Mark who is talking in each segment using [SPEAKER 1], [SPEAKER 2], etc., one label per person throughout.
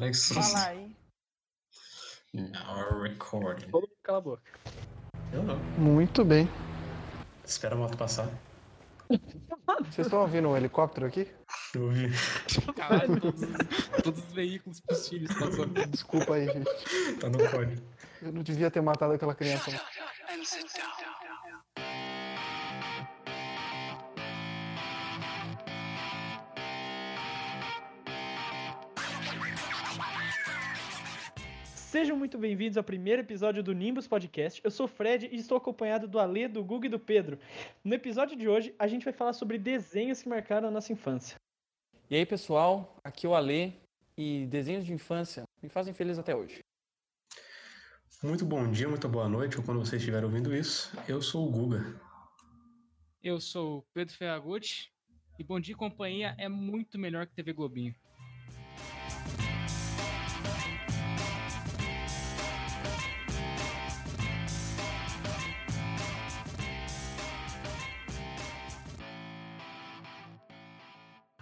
[SPEAKER 1] Olha que susto.
[SPEAKER 2] Fala aí.
[SPEAKER 1] Now é um recording.
[SPEAKER 3] Todo mundo cala a boca.
[SPEAKER 1] Eu não.
[SPEAKER 4] Muito bem.
[SPEAKER 1] Espera a moto passar.
[SPEAKER 4] Vocês estão ouvindo um helicóptero aqui?
[SPEAKER 1] Eu ouvi.
[SPEAKER 3] Caralho,
[SPEAKER 2] todos os, todos os veículos possíveis pra sua vida.
[SPEAKER 4] Desculpa aí, gente.
[SPEAKER 1] Tá no cone.
[SPEAKER 4] Eu não devia ter matado aquela criança. não.
[SPEAKER 3] Sejam muito bem-vindos ao primeiro episódio do Nimbus Podcast. Eu sou o Fred e estou acompanhado do Alê, do Gugu e do Pedro. No episódio de hoje, a gente vai falar sobre desenhos que marcaram a nossa infância.
[SPEAKER 2] E aí, pessoal, aqui é o Alê e desenhos de infância me fazem feliz até hoje.
[SPEAKER 1] Muito bom dia, muito boa noite, ou quando vocês estiverem ouvindo isso. Eu sou o Guga.
[SPEAKER 5] Eu sou o Pedro Ferragutti e Bom Dia e Companhia é muito melhor que TV Globinho.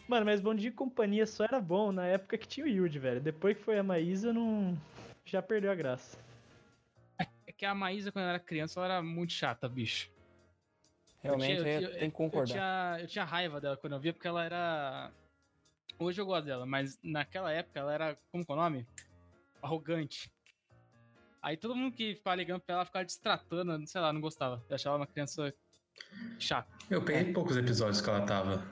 [SPEAKER 3] Mano, mas Bom Dia e Companhia só era bom na época que tinha o Yud, velho. Depois que foi a Maísa, não. Já perdeu a graça.
[SPEAKER 5] É que a Maísa, quando eu era criança, ela era muito chata, bicho.
[SPEAKER 2] Realmente,
[SPEAKER 5] Eu
[SPEAKER 4] é,
[SPEAKER 5] tinha- eu- eu-
[SPEAKER 2] tem que
[SPEAKER 5] Eu
[SPEAKER 2] concordar.
[SPEAKER 5] tinha, eu tinha raiva dela quando eu via, porque ela era. Hoje eu gosto dela, mas naquela época ela era. Como que é o nome? Arrogante. Aí todo mundo que ficava ligando pra ela ficava destratando, sei lá, não gostava. Eu achava ela uma criança chata.
[SPEAKER 1] Eu
[SPEAKER 5] É.
[SPEAKER 1] peguei poucos episódios que ela tava.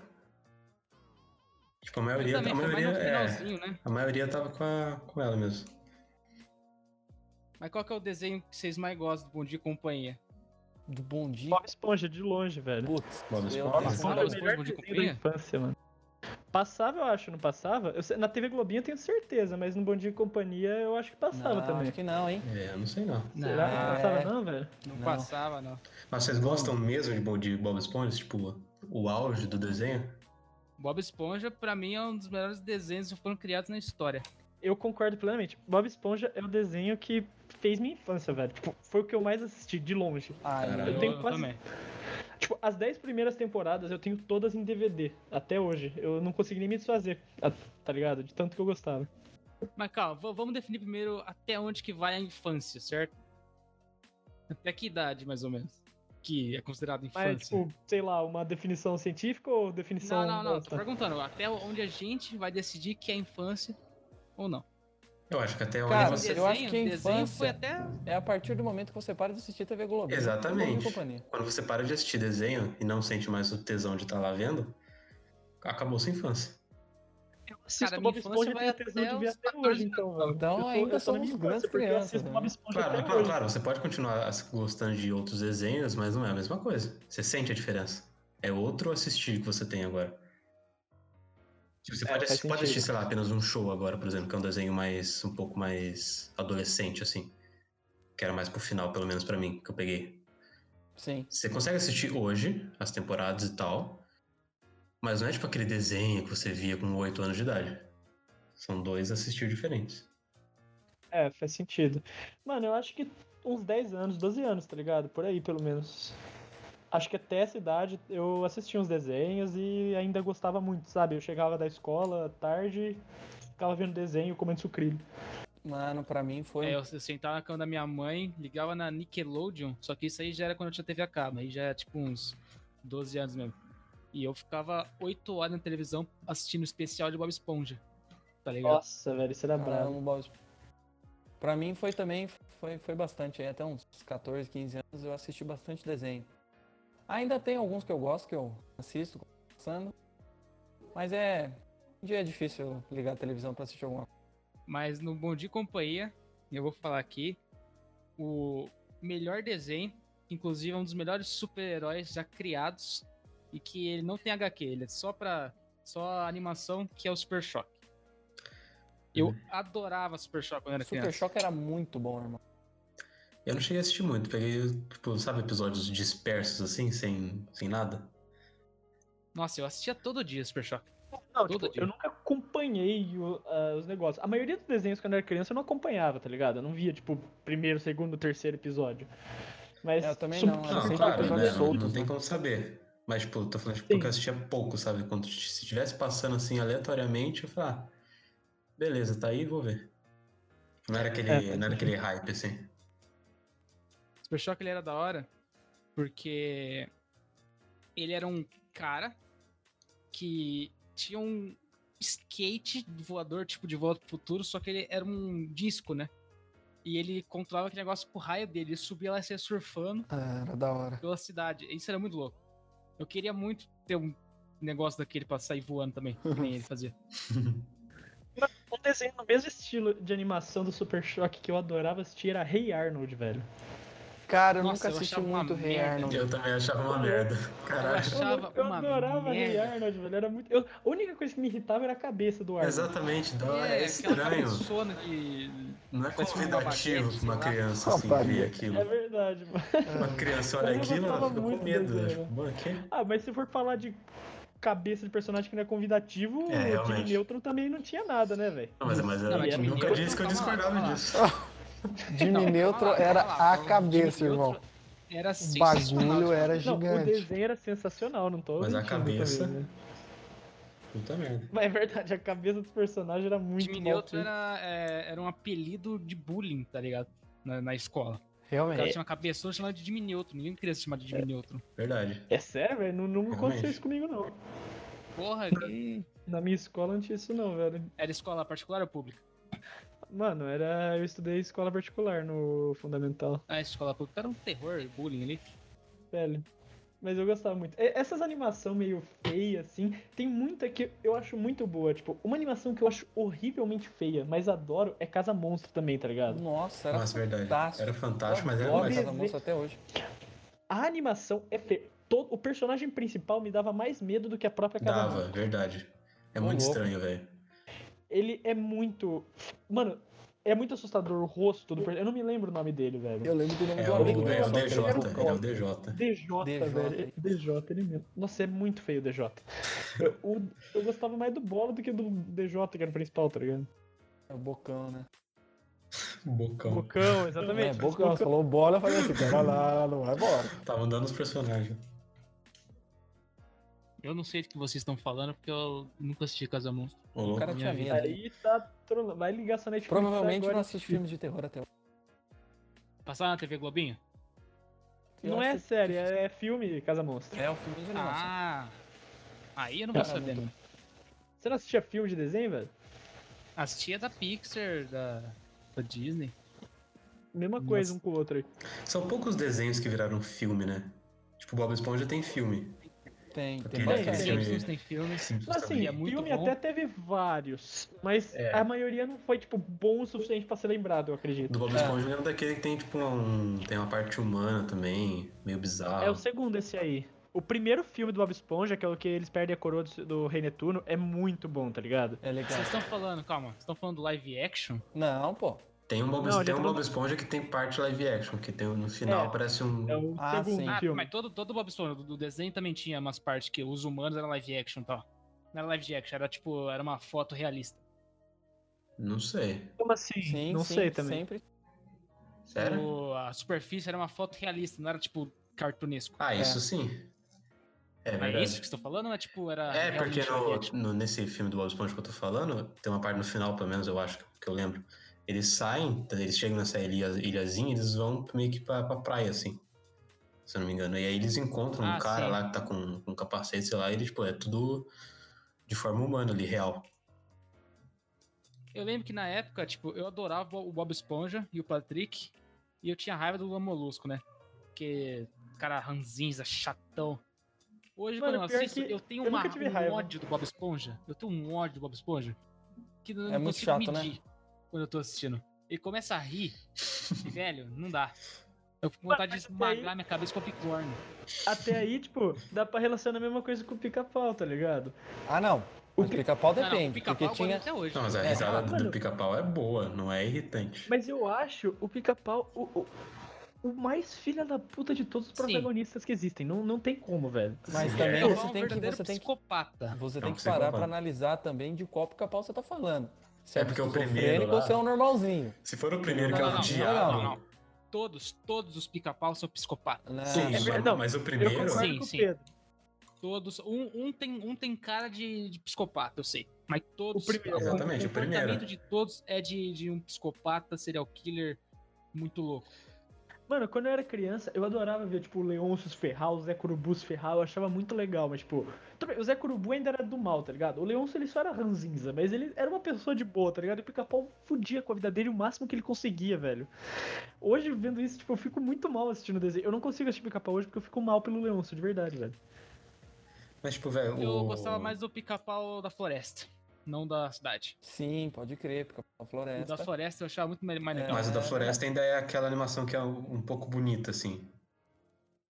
[SPEAKER 1] Tipo, a
[SPEAKER 5] Eu
[SPEAKER 1] maioria. A
[SPEAKER 5] também, foi mais
[SPEAKER 1] maioria,
[SPEAKER 5] no
[SPEAKER 1] é,
[SPEAKER 5] finalzinho, né?
[SPEAKER 1] a maioria tava com, a, com ela mesmo.
[SPEAKER 5] Mas qual que é o desenho que vocês mais gostam do Bom Dia e Companhia?
[SPEAKER 2] Do Bom Dia.
[SPEAKER 3] Bob Esponja, de longe, velho.
[SPEAKER 2] Putz,
[SPEAKER 1] Bob
[SPEAKER 2] eu
[SPEAKER 1] Esponja.
[SPEAKER 2] tava
[SPEAKER 1] Bob
[SPEAKER 2] falando
[SPEAKER 3] Era
[SPEAKER 2] agora-
[SPEAKER 5] Bob
[SPEAKER 3] o
[SPEAKER 5] Esponja.
[SPEAKER 3] melhor
[SPEAKER 5] de
[SPEAKER 3] desenho da
[SPEAKER 5] companhia?
[SPEAKER 3] infância, mano. Passava, eu acho, não passava? Eu sei- na TV Globinho eu tenho certeza, mas no Bom Dia e Companhia eu acho que passava
[SPEAKER 2] Não,
[SPEAKER 3] também.
[SPEAKER 2] acho que não, hein?
[SPEAKER 1] É, eu não sei não.
[SPEAKER 3] Será que não passava
[SPEAKER 2] é.
[SPEAKER 3] não, velho?
[SPEAKER 5] Não,
[SPEAKER 2] Não.
[SPEAKER 5] passava, não.
[SPEAKER 1] Mas vocês gostam mesmo de Bob, de Bob Esponja? Tipo, o auge do desenho?
[SPEAKER 5] Bob Esponja, pra mim, é um dos melhores desenhos que foram criados na história.
[SPEAKER 3] Eu concordo plenamente. Bob Esponja é o desenho que fez minha infância, velho. Tipo, foi o que eu mais assisti, de longe.
[SPEAKER 2] Ai,
[SPEAKER 1] Caralho.
[SPEAKER 2] eu
[SPEAKER 3] tenho quase-
[SPEAKER 5] também.
[SPEAKER 3] Tipo, as 10 primeiras temporadas eu tenho todas em DVD, até hoje. Eu não consegui nem me desfazer, ah, tá ligado? De tanto que eu gostava.
[SPEAKER 5] Mas calma, v- vamos definir primeiro até onde que vai a infância, certo? Até que idade, mais ou menos? Que é considerado infância.
[SPEAKER 3] Mas, tipo, sei lá, uma definição científica ou
[SPEAKER 2] é
[SPEAKER 3] definição.
[SPEAKER 2] um
[SPEAKER 5] não, não, não. Tô
[SPEAKER 3] bosta?
[SPEAKER 5] perguntando até onde a gente vai decidir que é infância ou não.
[SPEAKER 1] Eu acho que até onde
[SPEAKER 2] Cara,
[SPEAKER 1] você.
[SPEAKER 2] eu acho que a
[SPEAKER 5] desenho
[SPEAKER 2] infância-
[SPEAKER 5] foi até.
[SPEAKER 2] É a partir do momento que você para de assistir TV Globo.
[SPEAKER 1] Exatamente.
[SPEAKER 2] Bom Dia e Companhia.
[SPEAKER 1] Quando você para de assistir desenho e não sente mais o tesão de estar lá vendo, acabou sua infância.
[SPEAKER 5] Eu
[SPEAKER 3] Assisto Bob Esponja e tenho tesão de ver até hoje, então, velho.
[SPEAKER 2] Então
[SPEAKER 3] Eu tô-
[SPEAKER 2] ainda
[SPEAKER 3] eu tô na
[SPEAKER 2] somos
[SPEAKER 3] minha infância,
[SPEAKER 2] grandes
[SPEAKER 3] porque eu
[SPEAKER 2] crianças,
[SPEAKER 3] assisto
[SPEAKER 2] né?
[SPEAKER 3] Bob Esponja
[SPEAKER 1] Claro,
[SPEAKER 3] até
[SPEAKER 1] claro,
[SPEAKER 3] hoje.
[SPEAKER 1] claro, você pode continuar as- gostando de outros desenhos, mas não é a mesma coisa. Você sente a diferença. É outro assistir que você tem agora. Tipo, você
[SPEAKER 3] É,
[SPEAKER 1] pode,
[SPEAKER 3] faz
[SPEAKER 1] assi- pode
[SPEAKER 3] sentido.
[SPEAKER 1] assistir, sei lá, apenas um show agora, por exemplo, que é um desenho mais um pouco mais adolescente, assim. Que era mais pro final, pelo menos pra mim, que eu peguei.
[SPEAKER 2] Sim.
[SPEAKER 1] Você consegue assistir hoje as temporadas e tal, mas não é tipo aquele desenho que você via com 8 anos de idade. São dois assistir diferentes.
[SPEAKER 3] É, faz sentido. Mano, eu acho que uns 10 anos, 12 anos, tá ligado? Por aí, pelo menos. Acho que até essa idade eu assistia uns desenhos e ainda gostava muito, sabe? Eu chegava da escola à tarde, ficava vendo desenho, comendo sucrilho.
[SPEAKER 2] Mano, pra mim foi. um
[SPEAKER 5] É, eu, eu sentava na cama da minha mãe, ligava na Nickelodeon, só que isso aí já era quando eu tinha TV a cabo, aí já era tipo uns 12 anos mesmo. E eu ficava 8 horas na televisão assistindo o especial de Bob Esponja, tá ligado?
[SPEAKER 3] Nossa, velho, isso era
[SPEAKER 2] Caramba,
[SPEAKER 3] brabo.
[SPEAKER 2] Bob Esponja. um Pra mim foi também, foi, foi bastante. aí, Até uns 14, 15 anos eu assisti bastante desenho. Ainda tem alguns que eu gosto, que eu assisto, passando. Mas é. Um dia é difícil eu ligar a televisão pra assistir alguma coisa.
[SPEAKER 5] Mas no Bom Dia e Companhia, eu vou falar aqui, o melhor desenho, que inclusive é um dos melhores super-heróis já criados, e que ele não tem HQ, ele é só pra. só animação, que é o Super Choque. Eu adorava Super Choque quando eu era
[SPEAKER 2] Uhum. Super
[SPEAKER 5] criança.
[SPEAKER 2] Choque era muito bom, irmão.
[SPEAKER 1] Eu não cheguei a assistir muito, peguei, tipo, sabe, episódios dispersos assim, sem, sem nada?
[SPEAKER 5] Nossa, eu assistia todo dia Super Choque.
[SPEAKER 3] Não,
[SPEAKER 5] Todo
[SPEAKER 3] tipo,
[SPEAKER 5] dia.
[SPEAKER 3] eu nunca acompanhei o- ah, os negócios. A maioria dos desenhos quando eu era criança eu não acompanhava, tá ligado? Eu não via, tipo, primeiro, segundo, terceiro episódio. Mas.
[SPEAKER 2] É, eu também
[SPEAKER 3] Super-
[SPEAKER 2] não, era
[SPEAKER 1] Não,
[SPEAKER 2] sempre
[SPEAKER 1] claro,
[SPEAKER 2] episódios
[SPEAKER 1] né? Não- Não
[SPEAKER 2] soltos,
[SPEAKER 1] tem
[SPEAKER 2] né?
[SPEAKER 1] como saber. Mas, tipo, eu tô falando tipo,
[SPEAKER 3] Sim.
[SPEAKER 1] porque eu assistia pouco, sabe? Quando t- se estivesse passando assim aleatoriamente, eu falava, ah, beleza, tá aí, vou ver. Não era aquele,
[SPEAKER 3] É,
[SPEAKER 1] não era aquele hype, assim.
[SPEAKER 5] Super Shock ele era da hora porque ele era um cara que tinha um skate voador tipo de volta pro futuro, só que ele era um disco, né? E ele controlava aquele negócio com o raio dele, ele subia lá e saia surfando
[SPEAKER 4] Ah, era da hora.
[SPEAKER 5] pela cidade. Isso era muito louco. Eu queria muito ter um negócio daquele pra sair voando também, que nem ele fazia.
[SPEAKER 3] Um desenho no mesmo estilo de animação do Super Choque que eu adorava assistir era Rei Arnold, velho.
[SPEAKER 4] Cara, eu
[SPEAKER 5] Nossa,
[SPEAKER 4] nunca
[SPEAKER 5] eu
[SPEAKER 4] assisti
[SPEAKER 5] achava uma
[SPEAKER 4] muito Rei
[SPEAKER 5] merda.
[SPEAKER 4] Arnold.
[SPEAKER 1] Eu também achava uma merda.
[SPEAKER 5] Eu
[SPEAKER 1] Caralho.
[SPEAKER 5] achava
[SPEAKER 3] eu
[SPEAKER 5] uma
[SPEAKER 3] adorava Rei
[SPEAKER 5] merda.
[SPEAKER 3] Arnold, velho. Era muito... eu- A única coisa que me irritava era a cabeça do Arnold.
[SPEAKER 1] Exatamente, da hora,
[SPEAKER 5] É,
[SPEAKER 1] é
[SPEAKER 5] aquela
[SPEAKER 1] estranho.
[SPEAKER 5] cabeçona de
[SPEAKER 1] Não é
[SPEAKER 5] Parece um
[SPEAKER 1] convidativo
[SPEAKER 5] babaquete,
[SPEAKER 1] pra uma
[SPEAKER 5] sei lá.
[SPEAKER 1] criança assim ver
[SPEAKER 4] Rapaz.
[SPEAKER 1] aquilo.
[SPEAKER 3] É verdade, mano.
[SPEAKER 1] Uma criança olha
[SPEAKER 3] Eu
[SPEAKER 1] aquilo, ela
[SPEAKER 3] gostava
[SPEAKER 1] fica
[SPEAKER 3] muito
[SPEAKER 1] com medo.
[SPEAKER 3] desse
[SPEAKER 1] né?
[SPEAKER 3] jogo.
[SPEAKER 1] Tipo, "Mano, que-
[SPEAKER 3] Ah, mas se for falar de cabeça de personagem que não é convidativo,
[SPEAKER 1] É,
[SPEAKER 3] o Jimmy
[SPEAKER 1] realmente.
[SPEAKER 3] Neutron também não tinha nada, né, velho?
[SPEAKER 1] Não, mas, mas eu
[SPEAKER 5] Não, mas Jimmy
[SPEAKER 1] nunca
[SPEAKER 5] Neutron,
[SPEAKER 1] disse que eu
[SPEAKER 5] calma lá,
[SPEAKER 1] discordava
[SPEAKER 5] calma lá.
[SPEAKER 1] disso.
[SPEAKER 4] Jimmy
[SPEAKER 5] Não,
[SPEAKER 4] Neutron
[SPEAKER 5] calma lá,
[SPEAKER 4] era
[SPEAKER 5] calma lá,
[SPEAKER 4] a
[SPEAKER 5] calma lá.
[SPEAKER 4] cabeça,
[SPEAKER 5] Jimmy
[SPEAKER 4] irmão.
[SPEAKER 5] Neutron Era
[SPEAKER 4] O
[SPEAKER 5] sensacional, tipo,
[SPEAKER 4] bagulho
[SPEAKER 5] cara.
[SPEAKER 4] era
[SPEAKER 3] Não, o
[SPEAKER 4] gigante.
[SPEAKER 3] desenho era sensacional, não tô
[SPEAKER 1] Mas a
[SPEAKER 3] mentindo
[SPEAKER 1] cabeça-
[SPEAKER 3] também, né?
[SPEAKER 1] Puta merda.
[SPEAKER 3] Mas é verdade, a cabeça dos personagens era muito
[SPEAKER 5] Jimmy
[SPEAKER 3] mal
[SPEAKER 5] Neutron
[SPEAKER 3] feita.
[SPEAKER 5] era, é, era um apelido de bullying, tá ligado? Na, na escola. O cara
[SPEAKER 2] É.
[SPEAKER 4] Realmente.
[SPEAKER 5] tinha uma cabeçona chamada de Jimmy Neutron. Ninguém queria se chamar de Jimmy Neutron.
[SPEAKER 1] Verdade.
[SPEAKER 3] É sério, velho? Não, não aconteceu
[SPEAKER 1] Realmente.
[SPEAKER 3] isso comigo, não.
[SPEAKER 5] Porra, que...
[SPEAKER 3] Na minha escola não tinha isso, não, velho.
[SPEAKER 5] era escola particular ou pública?
[SPEAKER 3] Mano, era... eu estudei escola particular no Fundamental,
[SPEAKER 5] A escola pública era um terror, bullying ali.
[SPEAKER 3] velho. Mas eu gostava muito. E- Essas animações meio feia, assim, tem muita que eu acho muito boa. Tipo, uma animação que eu acho horrivelmente feia, mas adoro, é Casa Monstro também, tá ligado?
[SPEAKER 2] Nossa, era
[SPEAKER 1] Nossa, verdade.
[SPEAKER 2] fantástico.
[SPEAKER 1] Era fantástico, mas era
[SPEAKER 2] Adoro
[SPEAKER 1] mais.
[SPEAKER 2] Casa Monstro até hoje.
[SPEAKER 3] A animação é feia. Todo- O personagem principal me dava mais medo do que a própria Casa Monstro.
[SPEAKER 1] Dava, verdade. É
[SPEAKER 2] Ô,
[SPEAKER 1] muito
[SPEAKER 2] louco.
[SPEAKER 1] estranho, velho.
[SPEAKER 3] ele é muito. Mano, é muito assustador o rosto do personagem. Eu não me lembro o nome dele, velho.
[SPEAKER 4] Eu lembro do nome
[SPEAKER 1] É
[SPEAKER 4] do
[SPEAKER 1] o,
[SPEAKER 4] amigo
[SPEAKER 1] é o
[SPEAKER 4] dele.
[SPEAKER 1] DJ,
[SPEAKER 4] só que ele
[SPEAKER 1] ele é o DJ.
[SPEAKER 3] DJ,
[SPEAKER 2] DJ.
[SPEAKER 3] velho. DJ, ele mesmo. Nossa, é muito feio o DJ. Eu, o- eu gostava mais do Bola do que do DJ, que era o principal, tá ligado?
[SPEAKER 2] É o Bocão, né?
[SPEAKER 1] Bocão.
[SPEAKER 3] Bocão,
[SPEAKER 4] É,
[SPEAKER 3] exatamente.
[SPEAKER 4] boca, ela falou bola, eu falei assim, cara lá, não vai
[SPEAKER 2] é
[SPEAKER 4] embora.
[SPEAKER 1] Tava andando os personagens.
[SPEAKER 5] Eu não sei do que vocês estão falando, porque eu nunca assisti Casa Monstro.
[SPEAKER 1] Ô,
[SPEAKER 2] O
[SPEAKER 1] louco.
[SPEAKER 2] cara tinha
[SPEAKER 5] Minha
[SPEAKER 2] medo.
[SPEAKER 3] Aí tá trolando. Vai ligar sua Netflix
[SPEAKER 2] Provavelmente não
[SPEAKER 3] agora.
[SPEAKER 2] assiste filmes de terror até hoje.
[SPEAKER 5] Passar na TV Globinho?
[SPEAKER 2] Eu
[SPEAKER 3] Não é
[SPEAKER 2] assisti-
[SPEAKER 3] série, é filme Casa Monstro.
[SPEAKER 2] É o filme de animação.
[SPEAKER 5] Ah! Aí eu não vou
[SPEAKER 2] Cara,
[SPEAKER 5] saber, né?
[SPEAKER 2] muito
[SPEAKER 5] mano.
[SPEAKER 3] Você não assistia filme de desenho, velho?
[SPEAKER 5] Assistia da Pixar, da, da Disney.
[SPEAKER 3] Mesma coisa
[SPEAKER 5] Nossa.
[SPEAKER 3] um com o outro aí.
[SPEAKER 1] São poucos desenhos que viraram filme, né? Tipo, Bob Esponja tem filme.
[SPEAKER 2] Tem, tem
[SPEAKER 1] Aquele-
[SPEAKER 2] bastante.
[SPEAKER 1] aquele
[SPEAKER 3] filme.
[SPEAKER 5] Simpsons tem filme.
[SPEAKER 1] Simples
[SPEAKER 3] Mas,
[SPEAKER 1] também.
[SPEAKER 3] assim,
[SPEAKER 5] é muito
[SPEAKER 3] filme
[SPEAKER 5] bom.
[SPEAKER 3] até teve vários, mas
[SPEAKER 1] É.
[SPEAKER 3] a maioria não foi, tipo, bom o suficiente pra ser lembrado, eu acredito.
[SPEAKER 1] Do Bob
[SPEAKER 2] É.
[SPEAKER 1] Esponja eu lembro daquele que tem, tipo, um. Tem uma parte humana também, meio
[SPEAKER 5] Ah.
[SPEAKER 1] bizarro.
[SPEAKER 3] É o segundo esse aí. O primeiro filme do Bob Esponja, que é o que eles perdem a coroa do, do Rei Netuno, é muito bom, tá ligado?
[SPEAKER 2] É legal.
[SPEAKER 5] Vocês estão falando, calma, vocês estão falando do live action?
[SPEAKER 2] Não, pô.
[SPEAKER 1] Tem um Bob,
[SPEAKER 3] Não,
[SPEAKER 1] tem
[SPEAKER 3] já
[SPEAKER 1] um
[SPEAKER 3] tô-
[SPEAKER 1] Bob Esponja que tem parte live action, que tem, no final
[SPEAKER 3] É.
[SPEAKER 1] parece um.
[SPEAKER 3] É o
[SPEAKER 2] Ah,
[SPEAKER 3] segundo
[SPEAKER 2] sim.
[SPEAKER 5] Ah,
[SPEAKER 3] filme.
[SPEAKER 5] mas todo, todo Bob Esponja, do- do desenho também tinha umas partes que os humanos eram live action e tal. Não era live action, era tipo, era uma foto realista.
[SPEAKER 1] Não sei.
[SPEAKER 3] Como assim?
[SPEAKER 2] Sim,
[SPEAKER 3] não
[SPEAKER 2] sim,
[SPEAKER 3] sei também.
[SPEAKER 2] Sempre.
[SPEAKER 1] Sério?
[SPEAKER 5] O- a superfície era uma foto realista, não era tipo cartunesco.
[SPEAKER 1] Ah, isso sim. É
[SPEAKER 5] é,
[SPEAKER 1] verdade.
[SPEAKER 5] isso que você tá falando? Não é tipo, era.
[SPEAKER 1] É, porque
[SPEAKER 5] realmente live action?
[SPEAKER 1] no, no- nesse filme do Bob Esponja que eu tô falando, tem uma parte no final, pelo menos, eu acho que eu lembro. Eles saem, eles chegam nessa ilha, ilhazinha, eles vão meio que pra, pra praia, assim. Se eu não me engano. E aí eles encontram
[SPEAKER 5] Ah,
[SPEAKER 1] um cara
[SPEAKER 5] sim.
[SPEAKER 1] lá que tá com, com um capacete, sei lá, e ele, tipo, é tudo de forma humana ali, real.
[SPEAKER 5] Eu lembro que na época, tipo, eu adorava o Bob Esponja e o Patrick, e eu tinha raiva do Lula Molusco, né? Porque, cara, ranzinza, chatão. Hoje,
[SPEAKER 3] Mano,
[SPEAKER 5] quando eu
[SPEAKER 3] pior
[SPEAKER 5] assisto,
[SPEAKER 3] que
[SPEAKER 5] eu tenho
[SPEAKER 3] eu
[SPEAKER 5] uma,
[SPEAKER 3] nunca tive
[SPEAKER 5] um
[SPEAKER 3] raiva.
[SPEAKER 5] ódio do Bob Esponja. Eu tenho um ódio do Bob Esponja. Que eu não
[SPEAKER 2] É muito
[SPEAKER 5] consigo
[SPEAKER 2] chato, né?
[SPEAKER 5] medir quando eu tô assistindo. Ele começa a rir, e, velho, não dá. Eu fico com vontade de
[SPEAKER 3] Mas até aí-
[SPEAKER 5] esmagar minha cabeça com a picorne.
[SPEAKER 3] Até aí, tipo, dá pra relacionar a mesma coisa com o pica-pau, tá ligado?
[SPEAKER 2] Ah, não. Mas
[SPEAKER 3] pi-
[SPEAKER 2] pica-pau
[SPEAKER 5] Não, não, o
[SPEAKER 2] depende, porque
[SPEAKER 5] pica-pau eu
[SPEAKER 2] tinha...
[SPEAKER 5] gosto até hoje.
[SPEAKER 1] Não, mas a
[SPEAKER 2] É,
[SPEAKER 1] risada
[SPEAKER 3] mano.
[SPEAKER 1] do pica-pau é boa, não é irritante.
[SPEAKER 3] Mas eu acho o pica-pau o, o, o mais filha da puta de todos os
[SPEAKER 5] Sim.
[SPEAKER 3] protagonistas que existem. Não, não tem como, velho.
[SPEAKER 2] Mas
[SPEAKER 1] Sim,
[SPEAKER 2] também
[SPEAKER 1] é.
[SPEAKER 5] Pica-pau
[SPEAKER 2] você
[SPEAKER 5] um
[SPEAKER 2] tem que...
[SPEAKER 5] verdadeiro
[SPEAKER 2] Você tem que,
[SPEAKER 5] psicopata.
[SPEAKER 2] você
[SPEAKER 1] É
[SPEAKER 2] tem
[SPEAKER 1] um
[SPEAKER 2] que parar pra
[SPEAKER 1] psicopata.
[SPEAKER 2] analisar também de qual pica-pau você tá falando. Se
[SPEAKER 1] É porque o primeiro
[SPEAKER 2] esquizofrênico ou
[SPEAKER 1] lá-
[SPEAKER 2] se é um normalzinho.
[SPEAKER 1] Se for o primeiro
[SPEAKER 5] Não,
[SPEAKER 1] que é
[SPEAKER 5] não,
[SPEAKER 1] o
[SPEAKER 5] não,
[SPEAKER 1] diabo.
[SPEAKER 5] não, não, não. Todos, todos os pica-pau são psicopatas.
[SPEAKER 2] Né?
[SPEAKER 1] Sim,
[SPEAKER 3] É
[SPEAKER 1] mas,
[SPEAKER 3] verdade.
[SPEAKER 1] mas o
[SPEAKER 3] Eu
[SPEAKER 1] primeiro.
[SPEAKER 3] concordo
[SPEAKER 5] Sim,
[SPEAKER 3] com o
[SPEAKER 5] sim.
[SPEAKER 3] Pedro.
[SPEAKER 5] Todos. Um, um tem, um tem cara de, de psicopata, eu sei. Mas todos.
[SPEAKER 3] O primeiro.
[SPEAKER 1] Exatamente, o
[SPEAKER 5] comportamento
[SPEAKER 1] primeiro.
[SPEAKER 5] de todos é de, de um psicopata, serial killer, muito louco.
[SPEAKER 3] Mano, quando eu era criança, eu adorava ver, tipo, o Leôncio se ferrar, o Zé Curubu se ferrar, eu achava muito legal, mas, tipo, tudo bem, o Zé Curubu ainda era do mal, tá ligado? O Leôncio, ele só era ranzinza, mas ele era uma pessoa de boa, tá ligado? E o Pica-Pau fudia com a vida dele o máximo que ele conseguia, velho. Hoje, vendo isso, tipo, eu fico muito mal assistindo o desenho. Eu não consigo assistir Pica-Pau hoje porque eu fico mal pelo Leôncio, de verdade, velho.
[SPEAKER 1] Mas, tipo, velho.
[SPEAKER 5] Eu
[SPEAKER 1] o-
[SPEAKER 5] gostava mais do pica-pau da floresta, não da cidade.
[SPEAKER 2] Sim, pode crer, porque a
[SPEAKER 5] O
[SPEAKER 2] floresta.
[SPEAKER 5] da floresta eu achava muito mais mais
[SPEAKER 2] É.
[SPEAKER 5] legal.
[SPEAKER 1] Mas o da Floresta ainda é aquela animação que é um um pouco bonita, assim.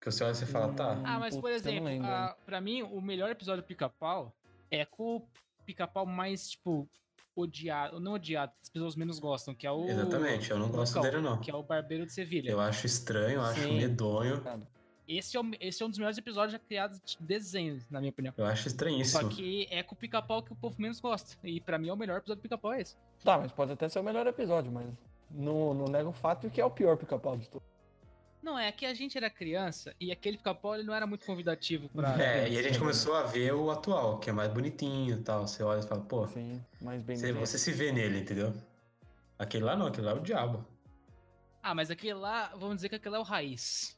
[SPEAKER 1] Que você olha e você fala, tá.
[SPEAKER 5] Ah, mas por
[SPEAKER 2] Putz, eu não
[SPEAKER 5] exemplo,
[SPEAKER 2] lembro,
[SPEAKER 5] a, pra mim, o melhor episódio do Pica-Pau é com o Pica-Pau mais, tipo, odiado, não odiado, que as pessoas menos gostam, que é o.
[SPEAKER 1] Exatamente, eu não gosto
[SPEAKER 5] Local,
[SPEAKER 1] dele, não.
[SPEAKER 5] Que é o Barbeiro de Sevilha.
[SPEAKER 1] Eu acho estranho, eu acho
[SPEAKER 2] Sim.
[SPEAKER 1] medonho.
[SPEAKER 2] Cara,
[SPEAKER 5] Esse, é o- esse é um dos melhores episódios já criados de desenho, na minha opinião.
[SPEAKER 1] Eu acho estranhíssimo.
[SPEAKER 5] Só que é com o Pica-Pau que o povo menos gosta. E pra mim, é o melhor episódio do Pica-Pau é esse.
[SPEAKER 2] Tá, mas pode até ser o melhor episódio, mas não, não nega o fato de que é o pior pica-pau de todos.
[SPEAKER 5] Não, é que a gente era criança e aquele Pica-Pau ele não era muito convidativo pra.
[SPEAKER 1] É, e a
[SPEAKER 5] criança,
[SPEAKER 1] gente
[SPEAKER 5] né?
[SPEAKER 1] começou a ver o atual, que é mais bonitinho e tal. Você olha e fala, pô,
[SPEAKER 2] Sim, mas assim,
[SPEAKER 1] você,
[SPEAKER 2] bem.
[SPEAKER 1] você se vê nele, entendeu? Aquele lá não, aquele lá é o diabo.
[SPEAKER 5] Ah, mas aquele lá, vamos dizer que aquele lá é o raiz.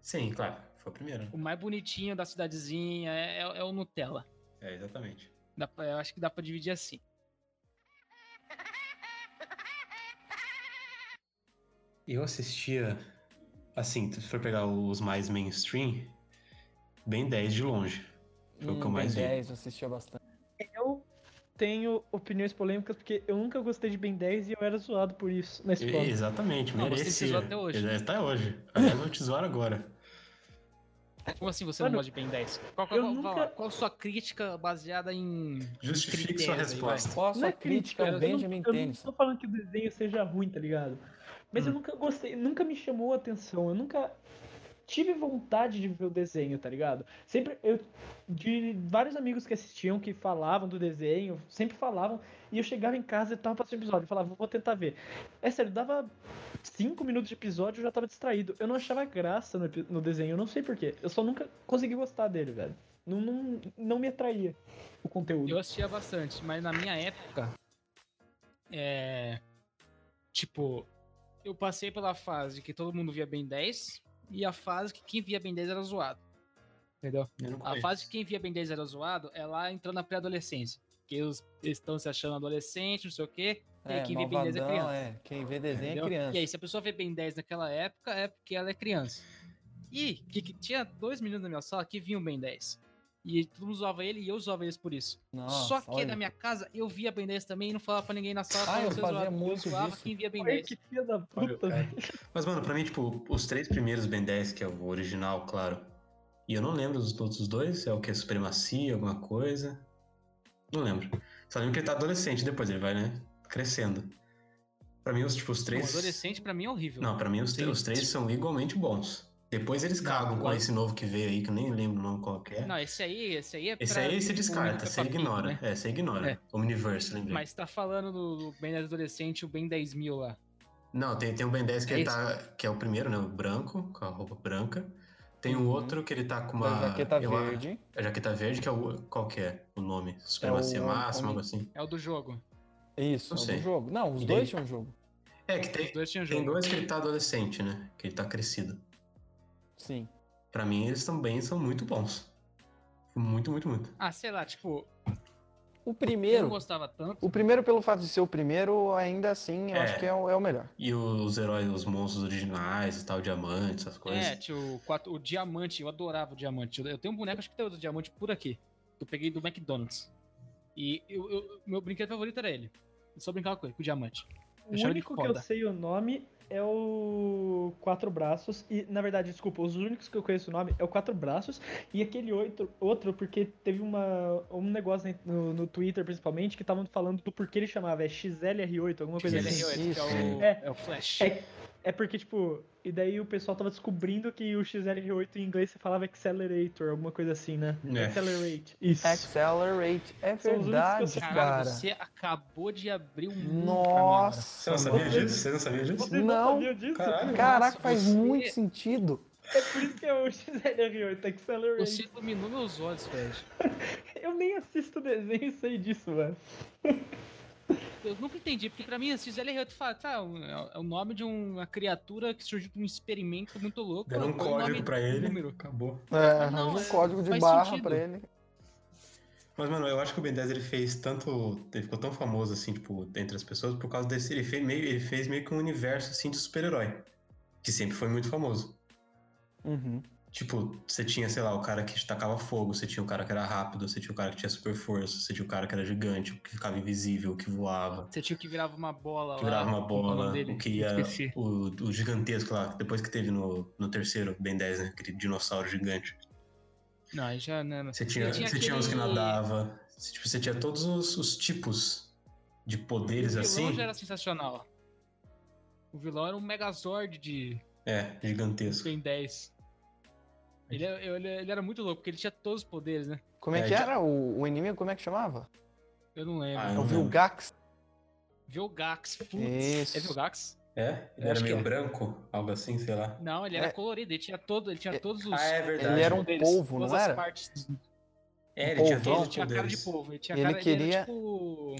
[SPEAKER 1] Sim, claro, foi o primeiro. né?
[SPEAKER 5] O mais bonitinho da cidadezinha é, é- é o Nutella.
[SPEAKER 1] É, exatamente.
[SPEAKER 5] Dá pra- eu acho que dá pra dividir assim.
[SPEAKER 1] Eu assistia, assim, se for pegar os mais mainstream, bem 10 de longe. Foi
[SPEAKER 4] Hum,
[SPEAKER 1] o que eu mais vi.
[SPEAKER 2] 10, eu assistia bastante.
[SPEAKER 3] Eu tenho opiniões polêmicas porque eu nunca gostei de Ben 10 e eu era zoado por isso
[SPEAKER 1] E-
[SPEAKER 3] na escola.
[SPEAKER 1] Exatamente,
[SPEAKER 5] Não, você
[SPEAKER 1] merecia.
[SPEAKER 5] precisou até hoje.
[SPEAKER 1] Ele- Até hoje. Aliás, eu tesouro agora.
[SPEAKER 5] Como assim você
[SPEAKER 3] Mano,
[SPEAKER 5] não gosta de Ben 10? Qual, qual,
[SPEAKER 3] eu
[SPEAKER 5] qual-
[SPEAKER 3] nunca-
[SPEAKER 5] qual- qual sua crítica baseada em.
[SPEAKER 1] Justifique
[SPEAKER 5] Critérios
[SPEAKER 1] sua
[SPEAKER 5] aí,
[SPEAKER 1] resposta.
[SPEAKER 2] Qual a
[SPEAKER 3] Não
[SPEAKER 2] sua
[SPEAKER 3] é
[SPEAKER 2] crítica ao
[SPEAKER 3] eu não-
[SPEAKER 2] Benjamin
[SPEAKER 3] eu não,
[SPEAKER 2] Tênis?
[SPEAKER 3] tô falando que o desenho seja ruim, tá ligado? Mas eu
[SPEAKER 1] Hum.
[SPEAKER 3] nunca gostei, nunca me chamou a atenção, eu nunca tive vontade de ver o desenho, tá ligado? Sempre eu de vários amigos que assistiam que falavam do desenho, sempre falavam, e eu chegava em casa e tava passando episódio, eu falava, vou tentar ver. É sério, dava cinco minutos de episódio eu já tava distraído. Eu não achava graça no, epi- no desenho, eu não sei porquê. Eu só nunca consegui gostar dele, velho. Não, não, não me atraía o conteúdo.
[SPEAKER 5] Eu assistia bastante, mas na minha época. É. Tipo, eu passei pela fase que todo mundo via Ben 10 e a fase que quem via Ben 10 era zoado. Entendeu?
[SPEAKER 1] Eu não
[SPEAKER 5] A
[SPEAKER 1] conheço.
[SPEAKER 5] fase que quem via Ben 10 era zoado, ela entrou na pré-adolescência. Que eles estão se achando adolescente, não sei o quê. E aí
[SPEAKER 2] É,
[SPEAKER 5] quem via Ben 10 é
[SPEAKER 2] malvadão,
[SPEAKER 5] criança.
[SPEAKER 2] é. Quem vê desenho é
[SPEAKER 5] Entendeu?
[SPEAKER 2] criança.
[SPEAKER 5] E aí, se a pessoa vê Ben 10 naquela época, é porque ela é criança. E que, que tinha dois meninos na minha sala que vinham Ben 10. E todo mundo zoava ele e eu zoava eles por isso.
[SPEAKER 2] Nossa,
[SPEAKER 5] Só que
[SPEAKER 2] Ah, olha.
[SPEAKER 5] na minha casa eu via Ben 10 também e não falava pra ninguém na sala. pra
[SPEAKER 2] Ah,
[SPEAKER 5] não
[SPEAKER 2] eu
[SPEAKER 5] ser
[SPEAKER 2] fazia
[SPEAKER 5] zoado.
[SPEAKER 2] muito
[SPEAKER 5] eu zoava
[SPEAKER 2] disso.
[SPEAKER 5] quem via Um Ben
[SPEAKER 3] Ai,
[SPEAKER 5] 10.
[SPEAKER 3] que filha da
[SPEAKER 1] Olha é, o
[SPEAKER 3] puta,
[SPEAKER 1] cara.
[SPEAKER 3] velho.
[SPEAKER 1] Mas, mano, pra mim, tipo, os três primeiros Ben 10, que é o original, claro. E eu não lembro dos outros dois, é o que? Supremacia, alguma coisa. Não lembro. Só lembro que ele tá adolescente depois, ele vai, né? Crescendo. Pra mim, os, tipo, os
[SPEAKER 5] Um
[SPEAKER 1] três.
[SPEAKER 5] adolescente pra mim é horrível.
[SPEAKER 1] Não, pra mim, os,
[SPEAKER 5] Sim.
[SPEAKER 1] os três são igualmente bons. Depois eles
[SPEAKER 5] Não,
[SPEAKER 1] cagam com
[SPEAKER 5] eu-
[SPEAKER 1] esse novo que veio aí, que eu nem lembro o nome qual que é.
[SPEAKER 5] Não, esse aí, esse aí é
[SPEAKER 1] esse
[SPEAKER 5] pra-
[SPEAKER 1] aí você
[SPEAKER 5] tipo,
[SPEAKER 1] descarta,
[SPEAKER 5] Peppa
[SPEAKER 1] você
[SPEAKER 5] Pig,
[SPEAKER 1] ignora.
[SPEAKER 5] né?
[SPEAKER 1] É, você ignora.
[SPEAKER 5] É.
[SPEAKER 1] O Omniverse, lembrei.
[SPEAKER 5] Mas tá falando do, do Ben 10 adolescente, o Ben 10 mil lá.
[SPEAKER 1] Não, tem, tem o Ben 10 que,
[SPEAKER 5] É
[SPEAKER 1] ele
[SPEAKER 5] esse?
[SPEAKER 1] tá, que é o primeiro, né? O branco, com a roupa branca. Tem um
[SPEAKER 2] Uhum.
[SPEAKER 1] outro que ele tá com
[SPEAKER 2] Da
[SPEAKER 1] uma.
[SPEAKER 4] é,
[SPEAKER 2] jaqueta
[SPEAKER 1] eu a-
[SPEAKER 2] verde.
[SPEAKER 1] A jaqueta verde, que é o. Qual que é o nome? Supremacia
[SPEAKER 2] É o-
[SPEAKER 1] máxima,
[SPEAKER 2] o-
[SPEAKER 1] algo assim.
[SPEAKER 5] É o do jogo.
[SPEAKER 2] Isso,
[SPEAKER 1] não
[SPEAKER 2] é o
[SPEAKER 1] sei.
[SPEAKER 2] do jogo. Não, os
[SPEAKER 1] E daí?
[SPEAKER 2] dois
[SPEAKER 4] um
[SPEAKER 2] tinham jogo.
[SPEAKER 1] É, que
[SPEAKER 5] Os
[SPEAKER 1] tem,
[SPEAKER 5] dois tinham
[SPEAKER 1] tem
[SPEAKER 5] jogo.
[SPEAKER 1] dois que ele tá adolescente, né? Que ele tá crescido.
[SPEAKER 2] Sim.
[SPEAKER 1] Pra mim, eles também são muito bons. Muito, muito, muito.
[SPEAKER 5] Ah, sei lá, tipo,
[SPEAKER 2] O
[SPEAKER 5] eu não
[SPEAKER 2] primeiro.
[SPEAKER 5] gostava tanto.
[SPEAKER 4] O primeiro, pelo fato de ser o primeiro, ainda assim, eu
[SPEAKER 1] É.
[SPEAKER 4] acho que é o, é o melhor.
[SPEAKER 1] E os heróis, os monstros originais e tal, diamantes, essas coisas.
[SPEAKER 5] É, tio, o quatro- o diamante, eu adorava o diamante. Eu- Eu tenho um boneco, acho que tem o do diamante por aqui. Que eu peguei do McDonald's. E eu- eu- meu brinquedo favorito era ele. Eu só brincava com ele, com o diamante. Eu chamo
[SPEAKER 3] O
[SPEAKER 5] ele de
[SPEAKER 3] único que eu
[SPEAKER 5] foda.
[SPEAKER 3] sei o nome é o Quatro Braços. E, na verdade, desculpa, os únicos que eu conheço o nome é o Quatro Braços e aquele outro, outro porque teve uma, um negócio na- no, no Twitter, principalmente, que estavam falando do porquê ele chamava. É XLR8, alguma coisa
[SPEAKER 5] Ele é
[SPEAKER 4] XLR8.
[SPEAKER 3] assim.
[SPEAKER 5] R8, que é o,
[SPEAKER 3] É.
[SPEAKER 5] é o Flash.
[SPEAKER 3] É, é porque, tipo, e daí o pessoal tava descobrindo que o XLR8 em inglês você falava Accelerator, alguma coisa assim, né?
[SPEAKER 1] É.
[SPEAKER 3] Accelerate. É. Isso.
[SPEAKER 4] Accelerate. É
[SPEAKER 3] São os únicos que eu
[SPEAKER 4] verdade,
[SPEAKER 3] sei.
[SPEAKER 5] Caralho,
[SPEAKER 4] cara.
[SPEAKER 5] você acabou de abrir um mundo pra mim agora.
[SPEAKER 1] Você
[SPEAKER 4] Nossa.
[SPEAKER 1] não sabia
[SPEAKER 4] mano.
[SPEAKER 1] disso? Você não sabia disso?
[SPEAKER 3] Vocês
[SPEAKER 4] Não.
[SPEAKER 3] sabiam disso?
[SPEAKER 1] Caralho.
[SPEAKER 4] Caraca,
[SPEAKER 5] Nossa,
[SPEAKER 4] faz
[SPEAKER 5] você-
[SPEAKER 4] muito sentido.
[SPEAKER 3] É por isso que é o XLR8, Accelerate.
[SPEAKER 5] Você dominou meus olhos, Flash.
[SPEAKER 3] eu nem assisto desenho e sei disso, velho.
[SPEAKER 5] Eu nunca entendi, porque pra mim, assim, Zé Leroto fala, tá, um- é o nome de uma criatura que surgiu de um experimento muito louco.
[SPEAKER 1] Deram um
[SPEAKER 5] ela põe o
[SPEAKER 1] código
[SPEAKER 5] nome
[SPEAKER 1] pra
[SPEAKER 5] do
[SPEAKER 1] ele.
[SPEAKER 5] número.
[SPEAKER 1] Acabou.
[SPEAKER 4] É,
[SPEAKER 5] Não,
[SPEAKER 4] arranja
[SPEAKER 5] é,
[SPEAKER 4] um código de
[SPEAKER 5] faz
[SPEAKER 4] barra
[SPEAKER 5] sentido.
[SPEAKER 4] pra ele.
[SPEAKER 1] Mas, mano, eu acho que o Ben 10 ele fez tanto. Ele ficou tão famoso, assim, tipo, entre as pessoas, por causa desse. Ele fez meio, ele fez meio que um universo, assim, de super-herói. Que sempre foi muito famoso.
[SPEAKER 2] Uhum.
[SPEAKER 1] Tipo, você tinha, sei lá, o cara que tacava fogo, você tinha o cara que era rápido, você tinha o cara que tinha super força, você tinha o cara que era gigante, o que ficava invisível, o que voava,
[SPEAKER 5] Você tinha o que virava uma bola
[SPEAKER 1] o que
[SPEAKER 5] lá.
[SPEAKER 1] virava uma
[SPEAKER 5] como é o nome
[SPEAKER 1] bola,
[SPEAKER 5] dele?
[SPEAKER 1] o que ia.
[SPEAKER 5] Esqueci.
[SPEAKER 1] O, o gigantesco lá, depois que teve no, no terceiro Ben 10, né? Aquele dinossauro gigante.
[SPEAKER 5] Não, aí já né, não. não.
[SPEAKER 1] Você tinha,
[SPEAKER 5] Você tinha
[SPEAKER 1] você tinha uns que
[SPEAKER 5] aquele-
[SPEAKER 1] nadava, você, tipo, você tinha todos os, os tipos de poderes
[SPEAKER 5] o vilão
[SPEAKER 1] assim.
[SPEAKER 5] já era sensacional. O vilão era um Megazord de
[SPEAKER 1] É, gigantesco.
[SPEAKER 5] Ben 10. Ele, é- ele, é- ele era muito louco, porque ele tinha todos os poderes, né?
[SPEAKER 4] Como é
[SPEAKER 1] É,
[SPEAKER 4] que
[SPEAKER 1] já-
[SPEAKER 4] era o, o inimigo? Como é que chamava?
[SPEAKER 5] Eu não lembro.
[SPEAKER 1] Ah, eu
[SPEAKER 4] É o
[SPEAKER 1] não lembro.
[SPEAKER 4] Vilgax.
[SPEAKER 5] Vilgax, putz.
[SPEAKER 4] Isso.
[SPEAKER 5] É Vilgax?
[SPEAKER 1] É? Ele
[SPEAKER 5] Eu
[SPEAKER 1] era
[SPEAKER 5] acho
[SPEAKER 1] meio
[SPEAKER 5] que é.
[SPEAKER 1] branco, algo assim, sei lá.
[SPEAKER 5] Não, ele era
[SPEAKER 4] É.
[SPEAKER 5] colorido, ele tinha, todo, ele tinha
[SPEAKER 4] É-
[SPEAKER 5] todos os.
[SPEAKER 1] Ah, é verdade.
[SPEAKER 4] Ele era um
[SPEAKER 5] poderes,
[SPEAKER 4] polvo,
[SPEAKER 5] todas
[SPEAKER 4] não
[SPEAKER 5] as
[SPEAKER 4] era?
[SPEAKER 5] partes.
[SPEAKER 1] É, ele
[SPEAKER 4] um
[SPEAKER 1] tinha
[SPEAKER 4] povo.
[SPEAKER 1] todos
[SPEAKER 5] Ele
[SPEAKER 1] os
[SPEAKER 5] tinha cara de
[SPEAKER 1] poderes.
[SPEAKER 5] polvo, ele tinha
[SPEAKER 4] Ele
[SPEAKER 5] cara ele
[SPEAKER 4] queria-
[SPEAKER 5] era tipo.